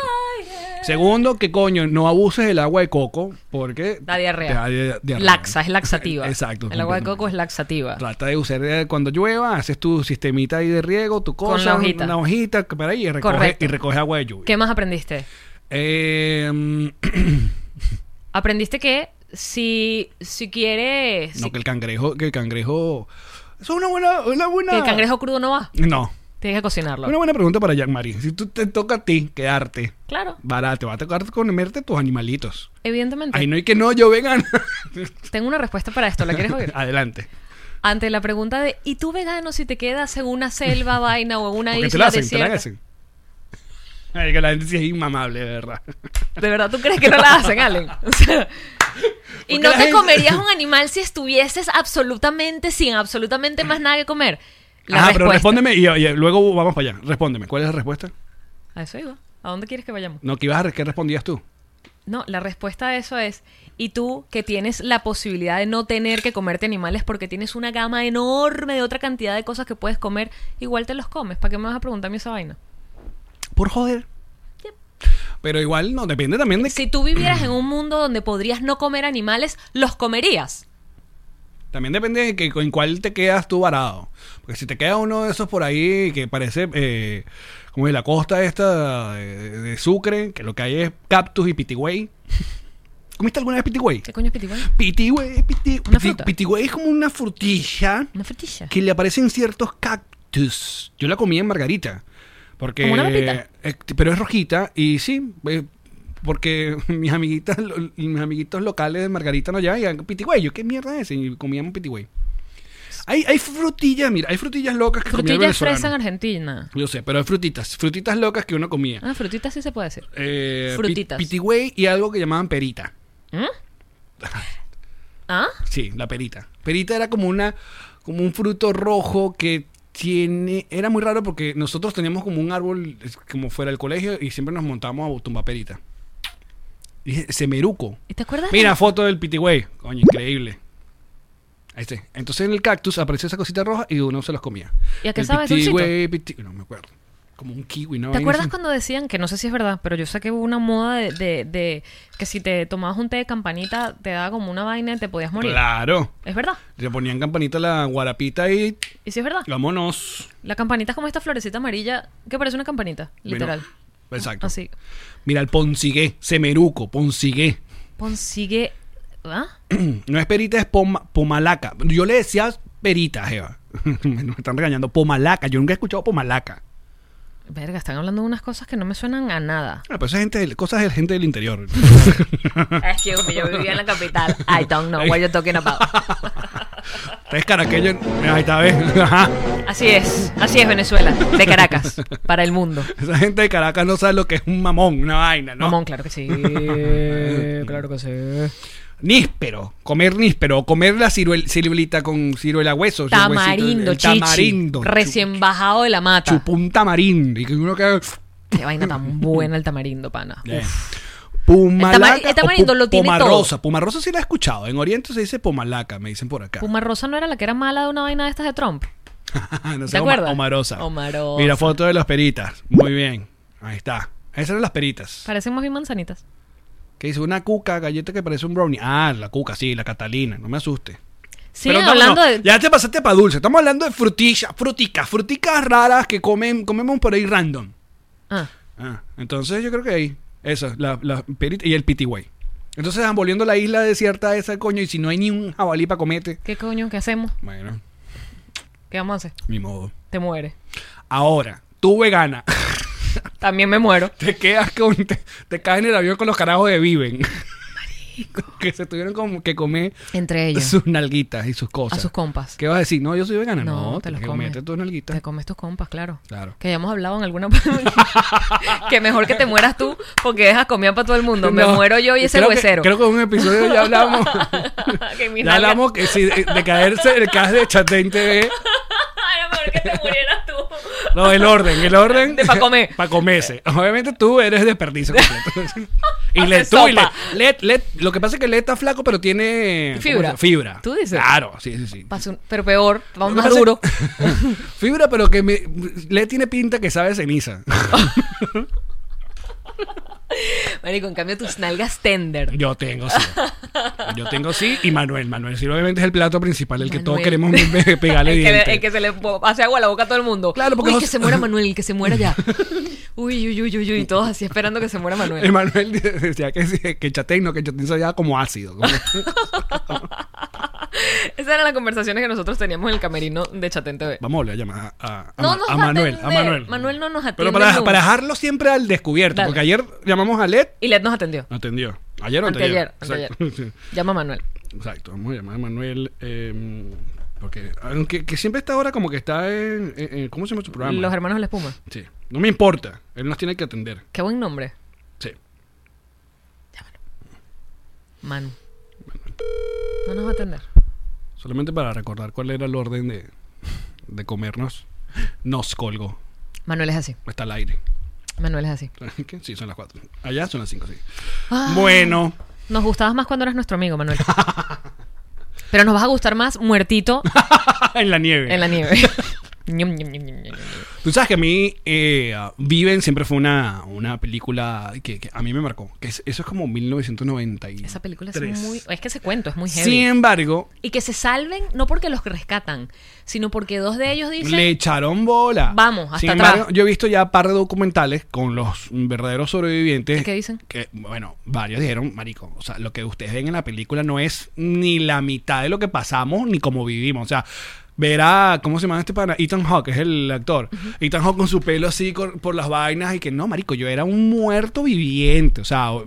Segundo, que coño, no abuses del agua de coco porque
Da diarrea.
te da di- diarrea.
Laxa, es laxativa.
Exacto.
El agua de coco es laxativa.
Trata de usar eh, cuando llueva, haces tu sistemita ahí de riego, tu cosa,
Con la hojita.
una hojita que para ahí y recoge,
Correcto.
y recoge agua de lluvia.
¿Qué más aprendiste?
Eh,
Aprendiste que si, si quieres.
No,
si-
que el cangrejo, que el cangrejo eso es una buena, una buena.
que el cangrejo crudo no va.
No,
Tienes que cocinarlo.
una buena pregunta para Jean-Marie. Si tú te toca a ti quedarte,
Claro,
barato, te va a tocar comerte tus animalitos.
evidentemente.
Ay, no hay que no, yo vegano.
Tengo una respuesta para esto, ¿la quieres oír?
Adelante.
Ante la pregunta de ¿y tú vegano si te quedas en una selva, vaina o en una
Porque
isla
te la hacen, te la
desierta?
hacen. Ay, que la gente sí es inmamable, de verdad.
¿De verdad tú crees que no la hacen, Allen? O sea,
Porque
y no
la
te
gente-
comerías un animal si estuvieses absolutamente sin absolutamente más nada que comer. La
ah,
respuesta.
pero respóndeme y, y luego vamos para allá. Respóndeme. ¿Cuál es la respuesta?
A eso iba. ¿A dónde quieres que vayamos?
No, que ibas a re- ¿qué respondías tú?
No, la respuesta a eso es, y tú que tienes la posibilidad de no tener que comerte animales porque tienes una gama enorme de otra cantidad de cosas que puedes comer, igual te los comes. ¿Para qué me vas a preguntar a mí esa vaina?
Por joder. Pero igual, no, depende también de que,
Si tú vivieras en un mundo donde podrías no comer animales, los comerías.
también depende de que en cuál te quedas tú varado. Porque si te queda uno de esos por ahí que parece eh, como de la costa esta de, de Sucre, que lo que hay es cactus y pitigüey. ¿Comiste alguna vez pitigüey?
¿Qué coño es pitigüey?
Pitigüey, piti-
Una
piti-
fruta.
pitigüey es como una frutilla
Una frutilla.
que le aparecen ciertos cactus. Yo la comí en Margarita. Porque,
¿Como una pepita?
eh, pero es rojita y sí, eh, porque mis amiguitas, lo- mis amiguitos locales de Margarita no llevan pitigüey. Yo, ¿qué mierda es? ese? Y comíamos pitigüey. Hay, hay frutillas, mira, hay frutillas locas que comía el
Frutilla es fresa en
venezolano.
Argentina.
Yo sé, pero hay frutitas, frutitas locas que uno comía.
Ah, frutita sí se puede decir.
Eh, pi-
Frutitas.
Pitigüey y algo que llamaban perita.
¿Mm? ¿Ah?
Sí, la perita. Perita era como una como un fruto rojo que tiene era muy raro porque nosotros teníamos como un árbol es como fuera del colegio y siempre nos montábamos a tumbar perita. Dije, Semeruco.
¿Y ¿Te acuerdas?
Mira, foto del pitigüey. Coño, increíble. Ahí está. Entonces en el cactus apareció esa cosita roja y uno se las comía.
¿Y a qué
El
sabe, dulcito?
pitigüey, piti- No me acuerdo. Como un kiwi, ¿no?
¿Te acuerdas cuando decían que no sé si es verdad, pero yo sé que hubo una moda de, de- de que si te tomabas un té de campanita te daba como una vaina y te podías morir?
Claro.
¿Es verdad?
Le ponían campanita a la guarapita y
¿Y si es verdad?
vámonos.
La campanita es como esta florecita amarilla que parece una campanita, literal.
Bueno, exacto.
Así.
Mira, el poncigué, semeruco, poncigué.
Consigue. ¿Ah?
No es perita, es poma- pomalaca. Yo le decía perita, Jeva. Me están regañando. Pomalaca. Yo nunca he escuchado pomalaca.
Verga, están hablando de unas cosas que no me suenan a nada.
Bueno, pero eso es gente del- cosas de gente del interior.
Excuse me, yo vivía en la capital. I don't know
what
you're talking about.
Tres caraqueños. Ahí está, ¿ves? Ajá.
Así es, así es Venezuela, de Caracas, para el mundo.
Esa gente de Caracas no sabe lo que es un mamón, una vaina, ¿no?
Mamón, claro que sí. claro que sí.
Níspero. Comer níspero. Comer la ciruel- ciruelita con ciruela hueso. ese huesito, el-
Tamarindo,
el
chichi.
Tamarindo.
Recién bajado de la mata.
Chupun tamarindo. Y que uno que.
Qué vaina tan buena el tamarindo, pana.
Yeah.
Uf. El
Pumalaca.
tamari- el
Eh. o
tamarindo lo tiene todo.
Pomarrosa. Pomarrosa sí la he escuchado. En Oriente se dice pomalaca, me dicen por acá.
Puma Rosa no era la que era mala de una vaina de estas de Trump.
no
¿Te
Oma-
acuerdas?
Omarosa.
Omarosa.
Mira, foto de las peritas. Muy bien. Ahí está. Esas eran las peritas.
Parecen más bien manzanitas.
Que dice una cuca, galleta que parece un brownie. Ah, la cuca, sí, la Catalina. No me asuste.
Siguen
Pero no,
hablando
no,
de.
Ya te pasaste para dulce. Estamos hablando de frutillas, fruticas, fruticas raras que comen, comemos por ahí random.
Ah,
Ah, entonces yo creo que ahí. Esa, la, la perita y el pitiguay. Entonces, ah, volviendo a la isla desierta esa, coño, y si no hay ni un jabalí para comete.
¿qué coño? ¿Qué hacemos?
Bueno,
¿Qué vamos a hacer?
ni modo.
Te mueres.
Ahora, tú vegana.
También me muero.
te quedas con te, te caes en el avión con los carajos de Viven que se tuvieron como que comer
Entre ellos.
sus nalguitas y sus cosas
a sus compas.
¿qué vas a decir? no yo soy vegana no,
No,
te
te los
que
comes.
comerte tus
Te
nalguitas
comes tus compas, claro.
Claro.
Que hayamos hablado en alguna. que mejor que te mueras tú porque dejas comida para todo el mundo. Me
No,
muero yo y ese
creo que-
huesero.
creo que en un episodio ya hablamos
Que mis
ya hablamos que si de, de caerse el caso de Chatén TV
Era mejor que te murieras tú.
no el orden el orden
De pa' comer.
para comerse obviamente tú eres desperdicio completo. y le,
Haces
tú y le,
sopa.
le- le- lo que pasa es que le está flaco pero tiene ¿cómo
Fibra.
se llama? fibra
¿Tú dices?
claro sí sí sí
Pasa un- Pero peor, vamos
Lo que
más duro.
pasa es- Fibra, pero que me, le tiene pinta que sabe a ceniza.
Marico, en cambio tus nalgas tender.
Yo tengo sí. Yo tengo sí y Manuel. Manuel sí, obviamente es el plato principal, el que todos queremos
Manuel.
pe- pegarle
el, que,
dientes.
le- el que se le po- hace agua a la boca a todo el mundo.
Claro, porque
uy,
vos-
que se muera Manuel, que se muera ya. Uy, uy, uy, uy, uy, todos así esperando que se muera Manuel.
Y Manuel de- decía que, sí, que chatén, no, que chatén sabía como ácido. como-
Esas eran las conversaciones que nosotros teníamos en el camerino de Chatén TV.
Vamos a volver a llamar a, a- a
No
Ma-
nos
a
va a
Manuel. A
atender.
Manuel.
Manuel no nos
Pero
atiende
para,
nunca.
para dejarlo siempre al descubierto,
Dale.
porque ayer llamamos a Led.
Y Led nos atendió.
No atendió. Ayer o
Anteayer,
anteayer. Exacto.
anteayer.
Sí.
Llama a Manuel.
Exacto, vamos a llamar a Manuel. eh, porque, aunque que siempre está ahora como que está en, en- en- ¿Cómo se llama tu programa?
Los hermanos de la espuma.
Sí, no me importa. Él nos tiene que atender.
Qué buen nombre.
Sí.
Manu. No nos va a atender.
Solamente para recordar cuál era el orden de, de comernos. Nos colgó.
Manuel es así.
Está al aire.
Manuel es así.
¿Qué? Sí, son las 4. Allá son las 5, sí.
Ah.
Bueno,
Nos gustabas más cuando eras nuestro amigo, Manuel. Pero nos vas a gustar más muertito
en la nieve.
en la nieve. Ñum, ñum, ñum, ñum, ñum.
Tú sabes que a mí eh, Viven siempre fue una, una película que, que a mí me marcó. Que es- eso es como 1990.
Esa película es muy... Es que ese cuento es muy heavy.
Sin embargo,
Y que se salven no porque los rescatan, sino porque dos de ellos dicen...
Le echaron bola.
Vamos, hasta
Sin embargo,
atrás.
yo he visto ya par de documentales con los verdaderos sobrevivientes.
¿Y qué dicen?
Que, bueno, varios dijeron, marico, o sea, lo que ustedes ven en la película no es ni la mitad de lo que pasamos ni cómo vivimos. O sea, ver a, ¿cómo se llama este pana? Ethan Hawke, es el actor. Ethan Hawke con su pelo así cor- por las vainas y que no, marico, yo era un muerto viviente. O sea... o-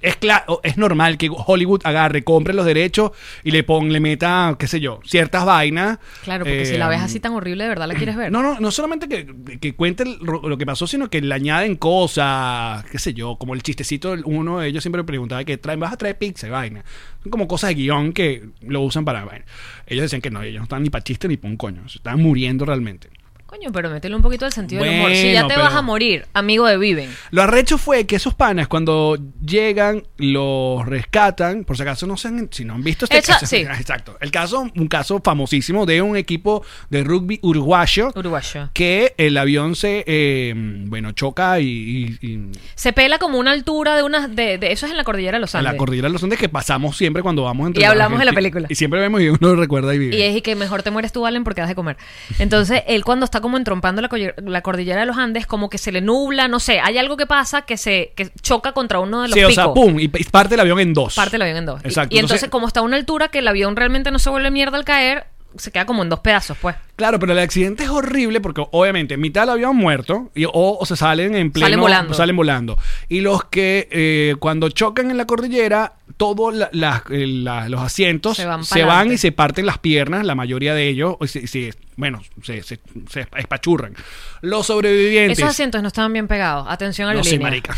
Es, claro, es normal que Hollywood agarre, compre los derechos y le ponga, le meta, qué sé yo, ciertas vainas.
Claro, porque si la ves
Em,
así tan horrible, de verdad la quieres ver.
no, no, no solamente que, que cuente el- lo que pasó, sino que le añaden cosas, qué sé yo, como el chistecito, del- uno de ellos siempre preguntaba que traen, vas a traer pizza y vaina. Son como cosas de guión que lo usan para vaina. Ellos decían que no, ellos no están ni para chiste ni para un coño, se están muriendo realmente.
Coño, pero métele un poquito al sentido del humor. Si ya
Bueno,
te
pero-
vas a morir, amigo de Viven.
Lo arrecho fue que esos panas cuando llegan los rescatan, por si acaso no se han, si no han visto este
Echa-
caso,
sí.
exacto, el caso un caso famosísimo de un equipo de rugby uruguayo
Uruguayo.
que el avión se eh, bueno choca y, y- y
Se pela como una altura de unas. De, de- eso es en la cordillera de los
a
Andes.
la cordillera de los Andes que pasamos siempre cuando vamos entre
Y
los
hablamos de la
argentinos.
película.
y siempre vemos y uno recuerda y vive
Y es y que mejor te mueres tú, Allen, porque das de comer. Entonces, él cuando está como entrompando la, colle- la cordillera de los Andes, como que se le nubla, no sé, hay algo que pasa que se que choca contra uno de los
sí, o
picos.
sea, pum, y y parte el avión en dos.
Parte el avión en dos. Y-
Exacto.
Y, entonces, como está a una altura que el avión realmente no se vuelve mierda al caer, se queda como en dos pedazos, pues.
Claro, pero el accidente es horrible porque obviamente mitad del avión muerto y, o, o se salen en pleno...
Salen volando.
salen volando. Y los que eh, cuando chocan en la cordillera, todos la- las- eh, la- los asientos
Se van
se
pa'lante.
van y se parten las piernas, la mayoría de ellos, o se- se- bueno, se, se- se espachurran. Los sobrevivientes...
Esos asientos no estaban bien pegados. Atención a la
no sé, marica.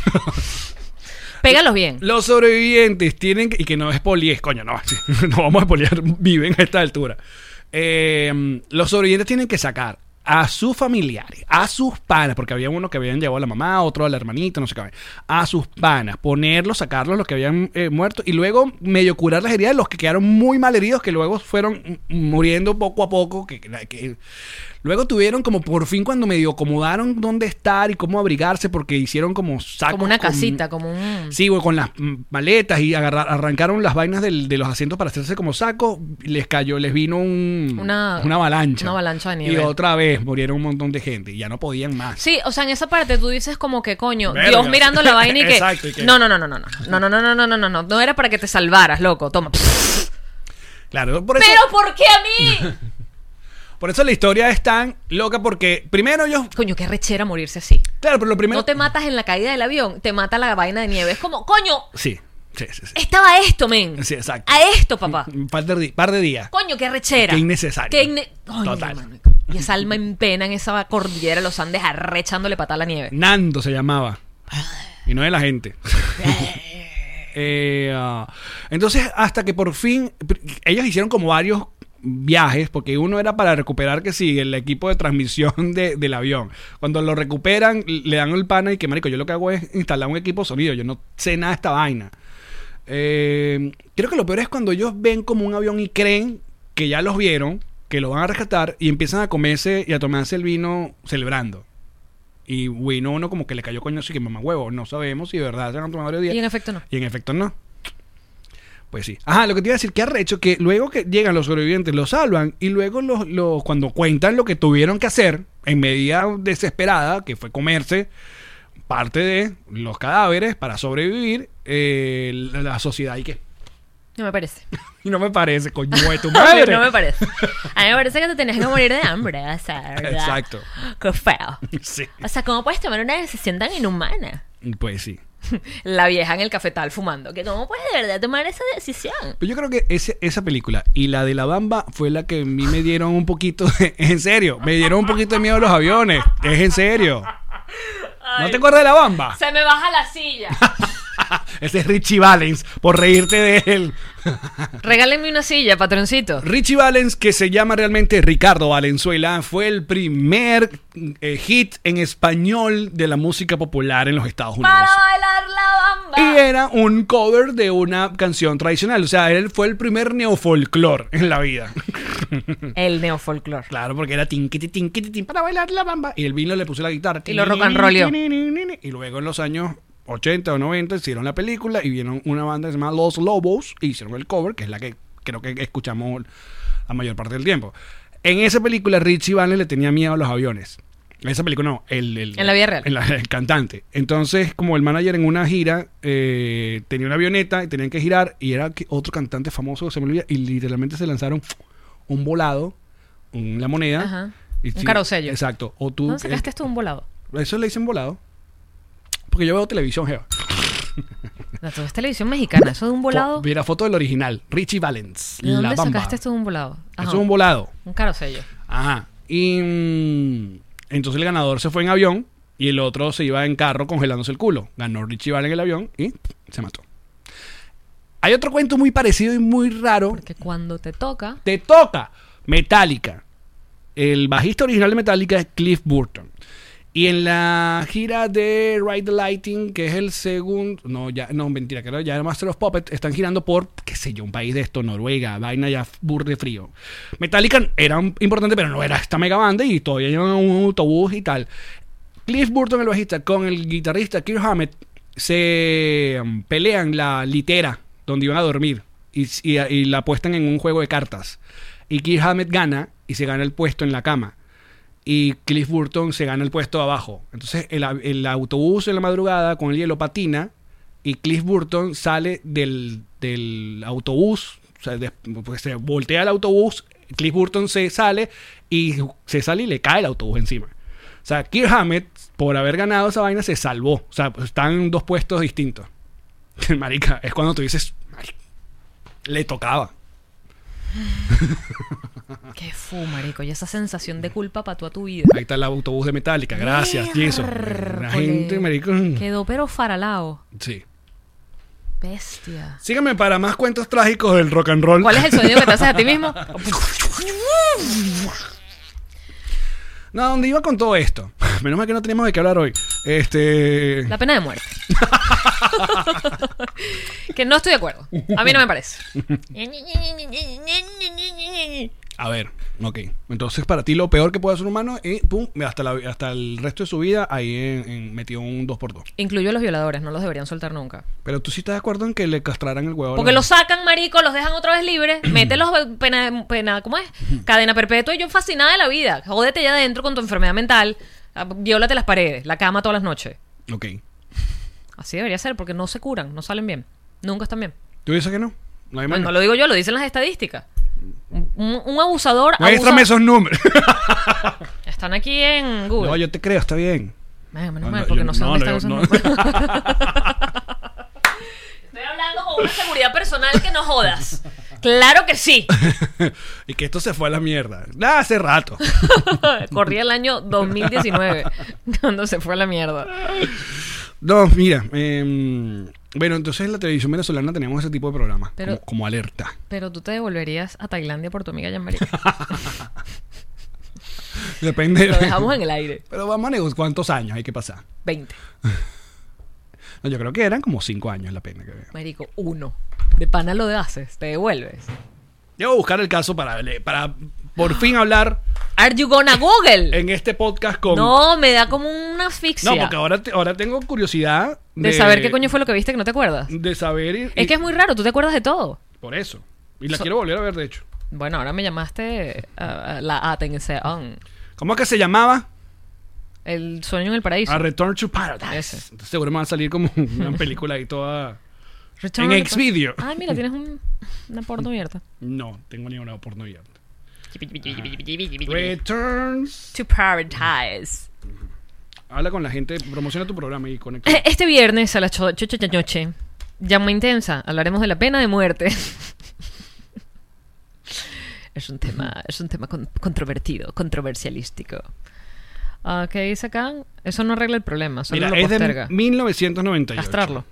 Pégalos bien.
Los sobrevivientes tienen que, y que no es poliés, coño, no, sí, no vamos a poliar, viven a esta altura. Eh, los sobrevivientes tienen que sacar a sus familiares, a sus panas, porque había uno que habían llevado a la mamá, otro a la hermanita, no sé qué, a sus panas, ponerlos, sacarlos los que habían eh, muerto y luego medio curar las heridas de los que quedaron muy mal heridos, que luego fueron muriendo poco a poco, que- que Luego tuvieron como por fin cuando medio acomodaron dónde estar y cómo abrigarse porque hicieron como sacos.
Como una
con-
casita, como un-
Sí, güey, con las mm, maletas y agarra- arrancaron las vainas del- de los asientos para hacerse como saco. Les cayó, les vino un,
Una-
avalancha.
una avalancha de
Y
nieve.
otra vez murieron un montón de gente y ya no podían más.
Sí, o sea, en esa parte tú dices como que coño,
Verga.
Dios mirando la vaina y que,
Exacto, ¿y qué?
no, no, no, no, no, no, no, no, no, no, no, no, no, no, no era para que te salvaras, loco, toma.
Claro, por eso,
Pero ¿por qué a mí?
por eso la historia es tan loca porque primero ellos...
Coño, qué rechera morirse así.
Claro, pero lo primero...
No te matas en la caída del avión, te mata la vaina de nieve. Es como, coño,
Sí, sí, sí. sí.
estaba esto, men.
Sí, exacto.
A esto, papá.
Un par de, di- par de días.
Coño, qué rechera.
Qué innecesario.
Qué inne- Coño,
Total.
mano. Y esa alma en pena en esa cordillera de los Andes arrechándole patada a la nieve.
Nando se llamaba. Y no de la gente. Eh, ah, entonces, hasta que por fin, pr- ellos hicieron como varios viajes, porque uno era para recuperar que sí, el equipo de transmisión de- del avión. Cuando lo recuperan, le dan el pana y que, marico, yo lo que hago es instalar un equipo de sonido, yo no sé nada de esta vaina. Eh, creo que lo peor es cuando ellos ven como un avión y creen que ya los vieron, que lo van a rescatar y empiezan a comerse y a tomarse el vino celebrando. Y vino uno como que le cayó coño, así que mamá huevo, no sabemos si de verdad se han tomado el día.
Y en efecto no.
Y en efecto no. Pues sí. Ajá, lo que te iba a decir, que arrecho que luego que llegan los sobrevivientes, los salvan y luego los, los- cuando cuentan lo que tuvieron que hacer, en medida desesperada, que fue comerse parte de los cadáveres para sobrevivir, eh, la, la sociedad y que...
No me parece.
Y no me parece, coño de tu madre.
no me parece. A mí me parece que te tenías que morir de hambre, o sea, ¿verdad?
Exacto.
Qué feo.
Sí.
O sea, ¿cómo puedes tomar una decisión tan inhumana?
Pues sí.
La vieja en el cafetal fumando. Que ¿Cómo puedes de verdad tomar esa decisión?
Pero Pues yo creo que ese- esa película y la de la Bamba fue la que a mí me dieron un poquito de, en serio, me dieron un poquito de miedo a los aviones, es en serio. ¿No te acuerdas de la Bamba?
Se me baja la silla.
ese es Richie Valens, por reírte de él.
Regálenme una silla, patroncito.
Richie Valens, que se llama realmente Ricardo Valenzuela, fue el primer eh, hit en español de la música popular en los Estados Unidos.
Para bailar la bamba.
Y era un cover de una canción tradicional. O sea, él fue el primer neofolclor en la vida.
El neofolclor.
Claro, porque era tinquiti, tinquiti, tin, para bailar la bamba. Y el vino le puso la guitarra.
Y lo rock and rollió.
Y luego en los años 80 o 90 hicieron la película y vieron una banda que se llama Los Lobos y hicieron el cover, que es la que creo que escuchamos la mayor parte del tiempo. En esa película, Richie Valens le tenía miedo a los aviones. En esa película no, el, el-
En la vida real.
en la- el cantante. Entonces, como el manager en una gira eh, tenía una avioneta y tenían que girar, y era que otro cantante famoso, se me olvida, y literalmente se lanzaron un volado, un- la moneda.
Ajá.
y
Un
sí,
carosello.
Exacto. O tú,
¿Dónde sacaste
eh,
esto de un volado?
eso le dicen volado. Porque yo veo televisión, Jeva.
No, todo es televisión mexicana. Eso de un volado.
Fo- Mira foto del original, Richie Valens.
¿De
la
dónde
bamba.
sacaste esto de un volado? Ajá.
Eso es un volado.
Un carosello.
Ajá. Y mm, entonces el ganador se fue en avión y el otro se iba en carro congelándose el culo. Ganó Richie Valens el avión y se mató. Hay otro cuento muy parecido y muy raro.
Porque cuando te toca.
Te toca Metallica. El bajista original de Metallica es Cliff Burton. Y en la gira de Ride the Lighting, que es el segundo. No, ya, no, mentira, creo ya era Master of Puppets. Están girando por, qué sé yo, un país de esto, Noruega, vaina ya burde frío. Metallica era un- importante, pero no era esta mega banda y todavía llevan un autobús y tal. Cliff Burton, el bajista, con el guitarrista Kirk Hammett, se mm, pelean la litera donde iban a dormir y, y- y la apuestan en un juego de cartas. Y Kirk Hammett gana y se gana el puesto en la cama. Y Cliff Burton se gana el puesto de abajo. Entonces el, a- el autobús en la madrugada con el hielo patina y Cliff Burton sale del, del autobús, o sea, des- pues, se voltea el autobús, Cliff Burton se sale y se sale y le cae el autobús encima. O sea, Kirk Hammett, por haber ganado esa vaina, se salvó. O sea, pues, están en dos puestos distintos. Marica, es cuando tú dices, "Marica, le tocaba. Ah.
Qué fu, marico. Y esa sensación de culpa pató a tu vida.
Ahí está el autobús de Metallica. Gracias, Jesus. La gente, marico.
Quedó pero faralao.
Sí.
Bestia.
Síganme para más cuentos trágicos del rock and roll.
¿Cuál es el sonido que te haces a ti mismo?
No, ¿dónde iba con todo esto? Menos mal que no tenemos de qué hablar hoy. Este.
La pena de muerte. que no estoy de acuerdo. A mí no me parece.
A ver, ok. Entonces, para ti, lo peor que puede hacer un humano es pum, hasta, la- hasta el resto de su vida ahí en, en- metido un 2x2.
Incluyo a los violadores, no los deberían soltar nunca.
Pero tú sí estás de acuerdo en que le castraran el huevo. a la-
Porque los sacan, marico, los dejan otra vez libres, mételos en pena, pena, ¿cómo es? Cadena perpetua y yo fascinada de la vida. Jódete ya adentro con tu enfermedad mental. Ah, Viólate las paredes, la cama todas las noches.
Ok.
Así debería ser, porque no se curan, no salen bien. Nunca están bien.
¿Tú dices que no? No hay
Bueno,
manera.
no lo digo yo, lo dicen las estadísticas. Un, un abusador abusa-
Muéstrame esos números.
Están aquí en Google.
no, yo te creo, está bien.
Ay, menos
No,
mal,
no,
porque
yo-
no sé
no,
dónde
no,
están
yo-
esos
no.
números. Estoy hablando con una seguridad personal que no jodas. Claro que sí.
y que esto se fue a la mierda. Ah, hace rato.
Corría el año 2019 cuando se fue a la mierda.
No, mira. em, bueno, entonces en la televisión venezolana tenemos ese tipo de programas.
Pero-
como, como alerta.
Pero tú te devolverías a Tailandia por tu amiga Jean-Marie.
Depende.
Lo dejamos en el aire.
Pero vamos a negociar cuántos años hay que pasar.
20.
No, yo creo que eran como cinco años la pena que
Marico, uno. De pana lo haces, te devuelves.
Yo voy a buscar el caso para, para por fin hablar
Are you gonna Google?
en este podcast con.
No, me da como una asfixia.
No, porque ahora, te- ahora tengo curiosidad
de, saber qué coño fue lo que viste que no te acuerdas.
De saber. y-
Es que es muy raro, tú te acuerdas de todo.
Por eso. Y la quiero volver a ver, de hecho.
Bueno, ahora me llamaste ah, ah, la atención.
¿Cómo es que se llamaba?
El sueño en el paraíso.
A Return to Paradise.
Ese.
Entonces, seguro me va a salir como una película ahí toda.
Return Ah.
en Mm.
to-
Xvideo.
Ay, mira, tienes un, una porno abierta.
No, tengo ni una oportunidad. Returns.
Ah. To Paradise.
Habla con la gente, promociona tu programa y conecta.
Este viernes a las 8 de la noche, llama intensa, hablaremos de la pena de muerte. es un tema, es un tema con- controvertido, controversialístico. Ah, ¿Qué dice acá? Eso no arregla el problema, solo
Mira,
lo
es
posterga.
de 1998.
Castrarlo.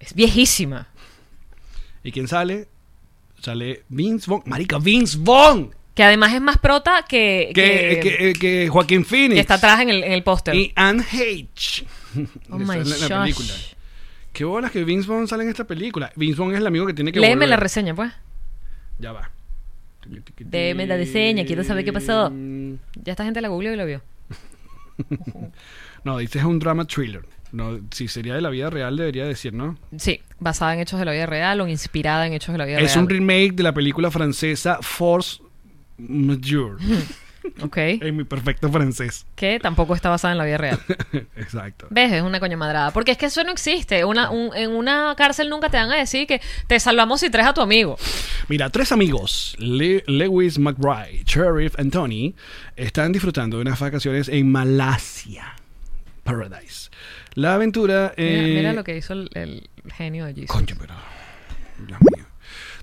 Es viejísima.
¿Y quién sale? Sale Vince Vaughn. Marica, Vince Vaughn.
Que además es más prota que,
Que,
Eh,
eh,
que-
que- que Joaquín Phoenix.
que está atrás en el, en el póster.
Y Anne H.
Oh my
película.
gosh.
Qué bolas que Vince Vaughn sale en esta película. Vince Vaughn es el amigo que tiene que
Léeme
volver.
la reseña, pues.
Ya va.
Léeme la reseña, quiero saber qué pasó.
Mm.
Ya esta gente la googleó y la vio.
No, dice es un drama thriller. No, si sería de la vida real debería decir, ¿no?
Sí, basada en hechos de la vida real o inspirada en hechos de la vida
es
real.
un remake de la película francesa Force Majeure.
Ok.
en mi perfecto francés.
Que tampoco está basada en la vida real.
Exacto.
¿Ves? Es una coña madrada. Porque es que eso no existe. Una, un- en una cárcel nunca te van a decir que te salvamos si traes a tu amigo.
Mira, tres amigos, Le- Lewis McBride, Sheriff y Tony, están disfrutando de unas vacaciones en Malasia, Paradise. La aventura...
Mira,
eh,
mira lo que hizo el, el genio de Jesus.
Coño, pero... Dios mío.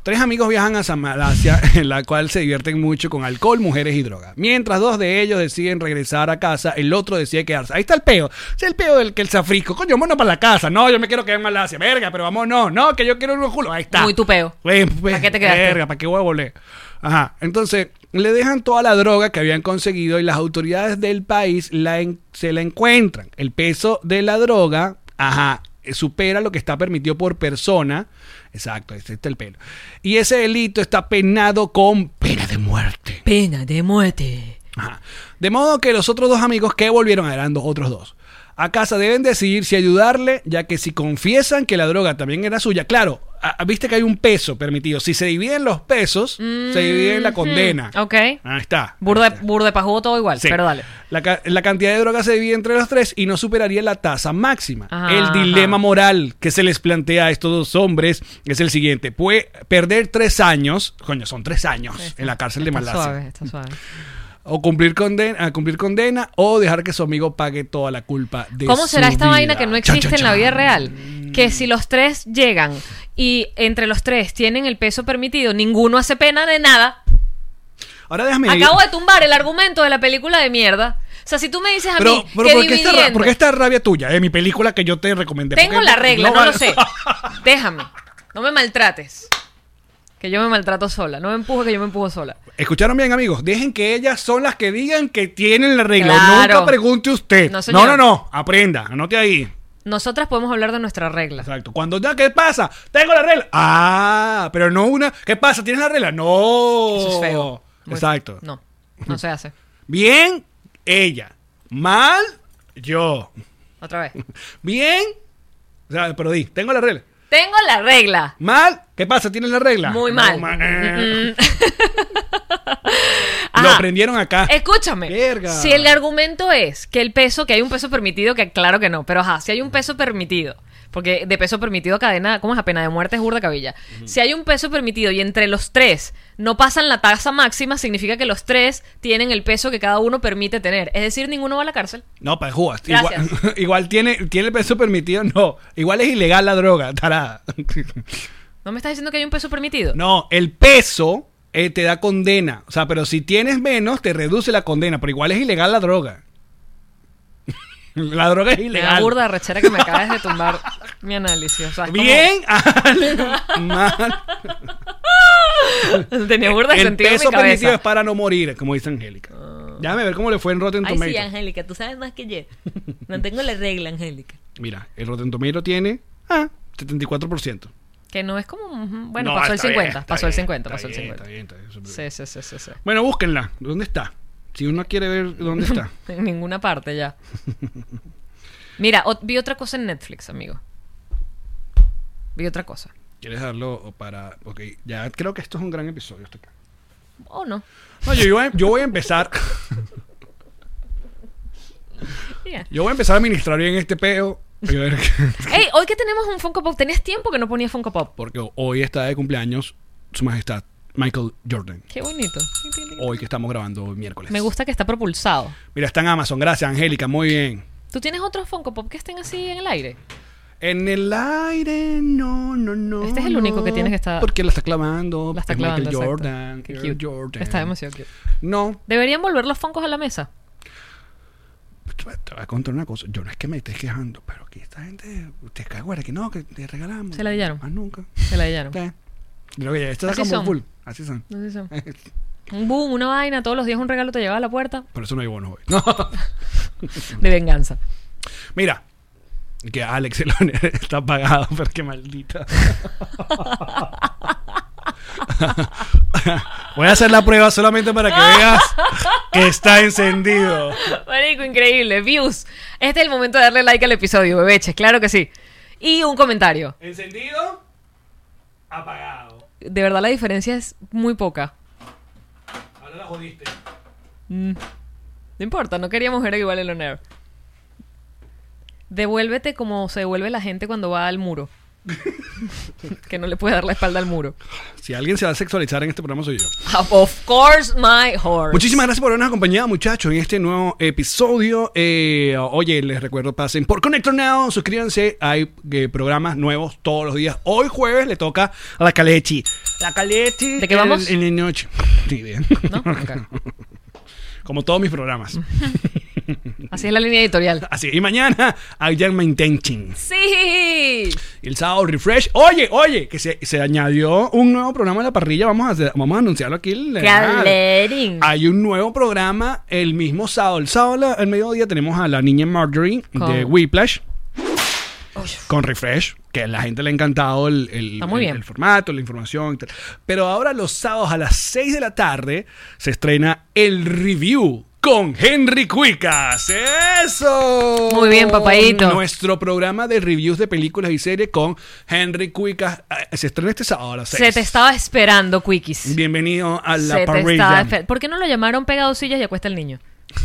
Tres amigos viajan a Malasia, en la cual se divierten mucho con alcohol, mujeres y drogas. Mientras dos de ellos deciden regresar a casa, el otro decide quedarse. Ahí está el peo. Es el peo del que el zafrisco. Coño, mono para la casa. No, yo me quiero quedar en Malasia. Verga, pero vamos, no. No, que yo quiero un culo. Ahí está.
Muy tupeo.
Güey, pues,
¿Pa' qué te quedaste?
Verga, ¿para qué voy a volver? Ajá. Entonces, le dejan toda la droga que habían conseguido y las autoridades del país la en- se la encuentran. El peso de la droga, ajá, supera lo que está permitido por persona. Exacto, ese está el pelo. Y ese delito está penado con pena de muerte.
Pena de muerte.
Ajá. De modo que los otros dos amigos que volvieron eran dos, otros dos. A casa deben decidir si ayudarle, ya que si confiesan que la droga también era suya, claro, a- a- viste que hay un peso permitido. Si se dividen los pesos, se divide la condena.
Mm, Ok.
Ahí está.
Burda,
Ahí está.
burda de pajudo todo igual,
Sí.
pero dale.
La, ca- la cantidad de droga se divide entre los tres y no superaría la tasa máxima.
Ajá,
el dilema
ajá.
moral que se les plantea a estos dos hombres es el siguiente: puede perder tres años, coño, son tres años en la cárcel de
Está
Malasia.
suave, está suave.
O cumplir condena, a cumplir condena o dejar que su amigo pague toda la culpa de
¿Cómo
su
será esta
vida?
vaina que no
Chan,
existe
chan,
en la vida
chan.
real? Que si los tres llegan y entre los tres tienen el peso permitido, ninguno hace pena de nada.
Ahora déjame
Acabo de tumbar el argumento de la película de mierda. O sea, si tú me dices a
Pero,
mí
pero
que
¿por, qué esta, ra-
dividiendo-
por qué esta rabia tuya? Eh, mi película que yo te recomendé.
Tengo
Porque
la regla, no,
va-
lo sé. Déjame. No me maltrates. Que yo me maltrato sola. No me empujes, que yo me empujo sola.
¿Escucharon bien, amigos? Dejen que ellas son las que digan que tienen la regla.
Claro.
Nunca pregunte usted.
No,
No,
señor.
no, no, Aprenda. Anote ahí.
Nosotras podemos hablar de nuestra regla.
Exacto. Cuando ya, ¿qué pasa? Tengo la regla. Ah, pero no una. ¿Qué pasa? ¿Tienes la regla? No.
Eso es feo. Muy-
Exacto.
No, no se hace.
Bien, ella. Mal, yo.
Otra vez.
Bien. O sea, pero di, tengo la regla.
Tengo la regla.
Mal, ¿qué pasa? ¿Tienes la regla?
Muy
No,
mal. Mm,
ma- eh. Lo
Ajá. Eh,
aprendieron acá.
Escúchame.
Verga.
Si el argumento es que el peso, que hay un peso permitido, que claro que no, pero ajá, si hay un peso permitido, porque de peso permitido a cadena, ¿cómo es a pena de muerte? Es burda cabilla. Si hay un peso permitido y entre los tres no pasan la tasa máxima, significa que los tres tienen el peso que cada uno permite tener. Es decir, ninguno va a la cárcel.
No, para jugas. Igual,
Gracias.
igual tiene, tiene el peso permitido, no. Igual es ilegal la droga, tarada.
¿No me estás diciendo que hay un peso permitido?
No, el peso eh, te da condena. O sea, pero si tienes menos, te reduce la condena. Pero igual es ilegal la droga. la droga es
Me da
ilegal.
burda rechera que me acabas de tumbar mi análisis. O sea, es como-
Bien, Ale, mal.
Tenía burda de
El
sentido en mi
peso permitido es
cabeza. Ah.
para no morir, como dice Angélica. Déjame ver cómo le fue en Rotten
Ay, sí,
Tomatoes.
Angélica, tú sabes más que yo. No tengo la regla, Angélica.
Mira, el Rotten Tomatoes tiene ah, 74%.
Que no es como... ujú, Bueno,
No,
pasó el
está
50,
bien,
pasó el
está
50,
bien,
pasó el
está
50.
bien, está bien, está bien.
Sí, sí, sí, sí, sí.
Bueno, búsquenla. ¿Dónde está? Si uno quiere ver dónde está.
En ninguna parte ya. Mira, ot- vi otra cosa en Netflix, amigo. Vi otra cosa.
¿Quieres darlo para.? Ok, ya creo que esto es un gran episodio. hasta acá.
¿O no?
No, yo, iba- yo voy a empezar.
Yeah.
Yo voy a empezar a administrar bien este peo. y ver qué-
Ey, hoy que tenemos un Funko Pop. Tenías tiempo que no ponía Funko Pop.
Porque hoy está de cumpleaños Su Majestad Michael Jordan.
Qué bonito.
Hoy que estamos grabando hoy miércoles.
Me gusta que está propulsado.
Mira, está en Amazon. Gracias, Angélica. Muy bien.
¿Tú tienes otros Funko Pop que estén así en el aire?
En el aire, no, no, no.
Este es el único que
no,
tienes que está-
Porque la está clavando.
La está
es
clavando.
Michael
exacto.
Jordan.
Qué
Michael
cute.
Jordan.
Está demasiado cute.
No,
Deberían volver los Funkos a la mesa.
te voy a- te voy a contar una cosa. Yo no es que me estés quejando, pero que esta gente te cagó, que no, que te regalamos.
Se la dillaron.
Más nunca.
Se la dillaron.
Eh. Pero oye, esto está
Así
como
son.
full. Así son.
No sé si son. Un boom, una vaina, todos los días un regalo te llevaba a la puerta
Por eso no hay bonos hoy.
de venganza.
Mira. Que Alex el honor está apagado, pero qué maldita. Voy a hacer la prueba solamente para que veas que está encendido.
Marico, increíble. Views. Este es el momento de darle like al episodio, bebeches, claro que sí. Y un comentario.
Encendido, apagado.
De verdad la diferencia es muy poca.
Ahora la jodiste.
No importa, no queríamos ver igual el honor. Devuélvete como se devuelve la gente cuando va al muro. que no le puede dar la espalda al muro.
Si alguien se va a sexualizar en este programa soy yo.
Of course, my horse.
Muchísimas gracias por habernos acompañado, muchachos, en este nuevo episodio. Eh, oye, les recuerdo, pasen por Connector Now, suscríbanse. Hay eh, programas nuevos todos los días. Hoy jueves le toca a la Calechi. La Calechi.
¿De qué vamos?
En, en la noche. Ni idea.
¿No? Ok.
Como todos mis programas.
Así es la línea editorial.
Así, y mañana, I am intention.
¡Sí!
El sábado, refresh. Oye, oye, que se, se añadió un nuevo programa a la parrilla. Vamos a, hacer- vamos a anunciarlo aquí. en la-
Cablerín.
Hay un nuevo programa el mismo sábado. El sábado la- al mediodía tenemos a la niña Marjorie
Con-
de Whiplash. Con Refresh, que a la gente le ha encantado el, el-
Está muy
el-
bien.
el formato, la información. y tal. Pero ahora los sábados a las 6 de la tarde se estrena el review con Henry Cuicas. ¡Eso!
Muy bien, papaíto.
Nuestro programa de reviews de películas y series con Henry Cuicas. eh, Se estrena este sábado a las 6.
Se te estaba esperando, Quickies.
Bienvenido a la
Se te
parrilla.
estaba esper- ¿Por qué no lo llamaron pegado sillas y acuesta el niño?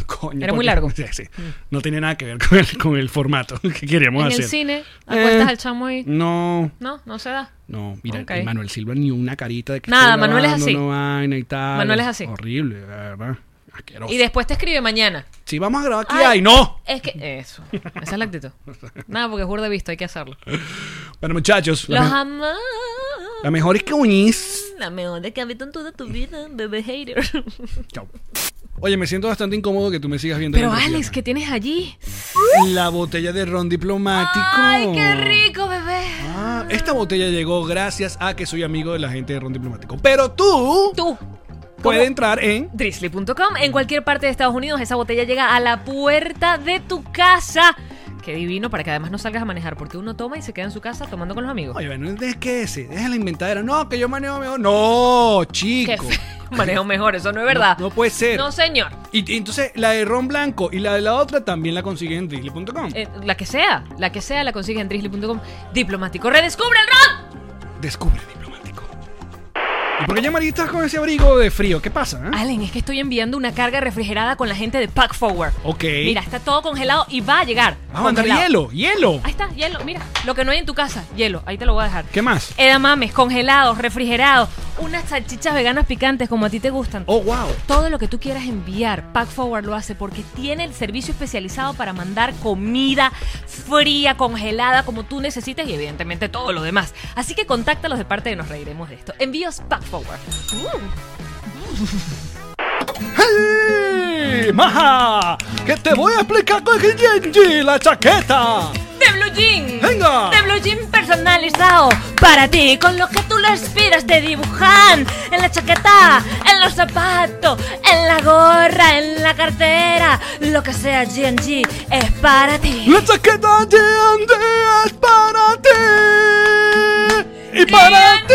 Coño,
Era muy
porque-
largo. Mm.
Sí, sí. No tiene nada que ver con el, con el formato que queríamos
En
hacer.
el cine, acuestas
Eh,
al chamo y...
No,
No, no se da.
no, mira,
Ok.
el Manuel Silva ni una carita de que
Nada,
estoy
Manuel es
grabando
así.
una vaina y tal.
Manuel es así.
Horrible, la verdad. Asqueroso.
Y después te escribe mañana.
Si vamos a grabar aquí,
Ay.
ay, no.
Es que... Eso. Esa es la actitud. Nada, porque es burda de visto, hay que hacerlo.
Pero muchachos, la,
Los
me-
amamos.
la mejor es que unís.
La mejor de que habito en toda tu vida, bebé hater.
Chao. Oye, me siento bastante incómodo que tú me sigas viendo.
Pero
la
Alex,
persiana.
¿qué tienes allí?
La botella de ron diplomático.
¡Ay, qué rico, bebé!
Ah, esta botella llegó gracias a que soy amigo de la gente de Ron Diplomático. Pero tú,
Tú,
puedes entrar en
drizzly.com, en cualquier parte de Estados Unidos, esa botella llega a la puerta de tu casa. Qué divino, para que además no salgas a manejar, porque uno toma y se queda en su casa tomando con los amigos.
Oye, bueno, es que ese, deja la inventadera. No, que yo manejo mejor. No,
Qué
chico.
feo. Manejo mejor, eso no es verdad.
No, no puede ser.
No, señor.
Y, y entonces la de ron blanco y la de la otra también la consiguen en drizzly.com.
Eh, la que sea, la que sea, la consigue en drizzly.com. Diplomático, redescubre el rock.
Descubre diplomático. ¿Y por qué ya María estás con ese abrigo de frío? ¿Qué pasa? eh?
Allen, es que estoy enviando una carga refrigerada con la gente de Pack Forward.
Ok.
Mira, está todo congelado y va a llegar.
Vamos a mandar
Congelado.
hielo, hielo.
Ahí está, hielo. Mira, lo que no hay en tu casa, hielo. Ahí te lo voy a dejar.
¿Qué más?
Edamames, congelados, refrigerados, unas salchichas veganas picantes como a ti te gustan.
Oh, wow.
Todo lo que tú quieras enviar, Pack Forward lo hace porque tiene el servicio especializado para mandar comida fría, congelada, como tú necesites y evidentemente todo lo demás. Así que contáctalos de parte de Nos Reiremos de esto. Envíos Pack Forward.
¡Hey! ¡Maja! ¡Que te voy a explicar con el Genji, la chaqueta!
¡De Blue Jean!
¡Venga!
¡De Blue Jean personalizado! Para ti, con lo que tú lo aspiras, te dibujan en la chaqueta, en los zapatos, en la gorra, en la cartera. Lo que sea GNG es para ti.
¡La chaqueta G&G es para ti! ¡Y para ti!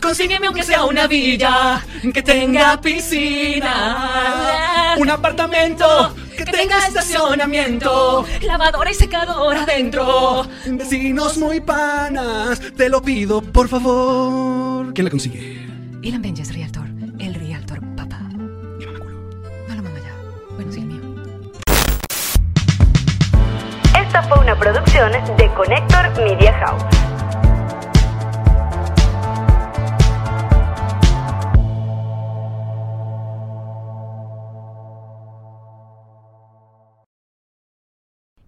Consígueme aunque sea una villa que tenga piscina. Un apartamento que tenga estacionamiento.
lavadora y secadora
Adentro, vecinos muy panas, te lo pido por favor. ¿Quién la consigue?
Ilan Benjes Realtor, el Realtor papá. No lo mando ya. Bueno, sí, el mío.
Esta fue una producción de Connector Media House.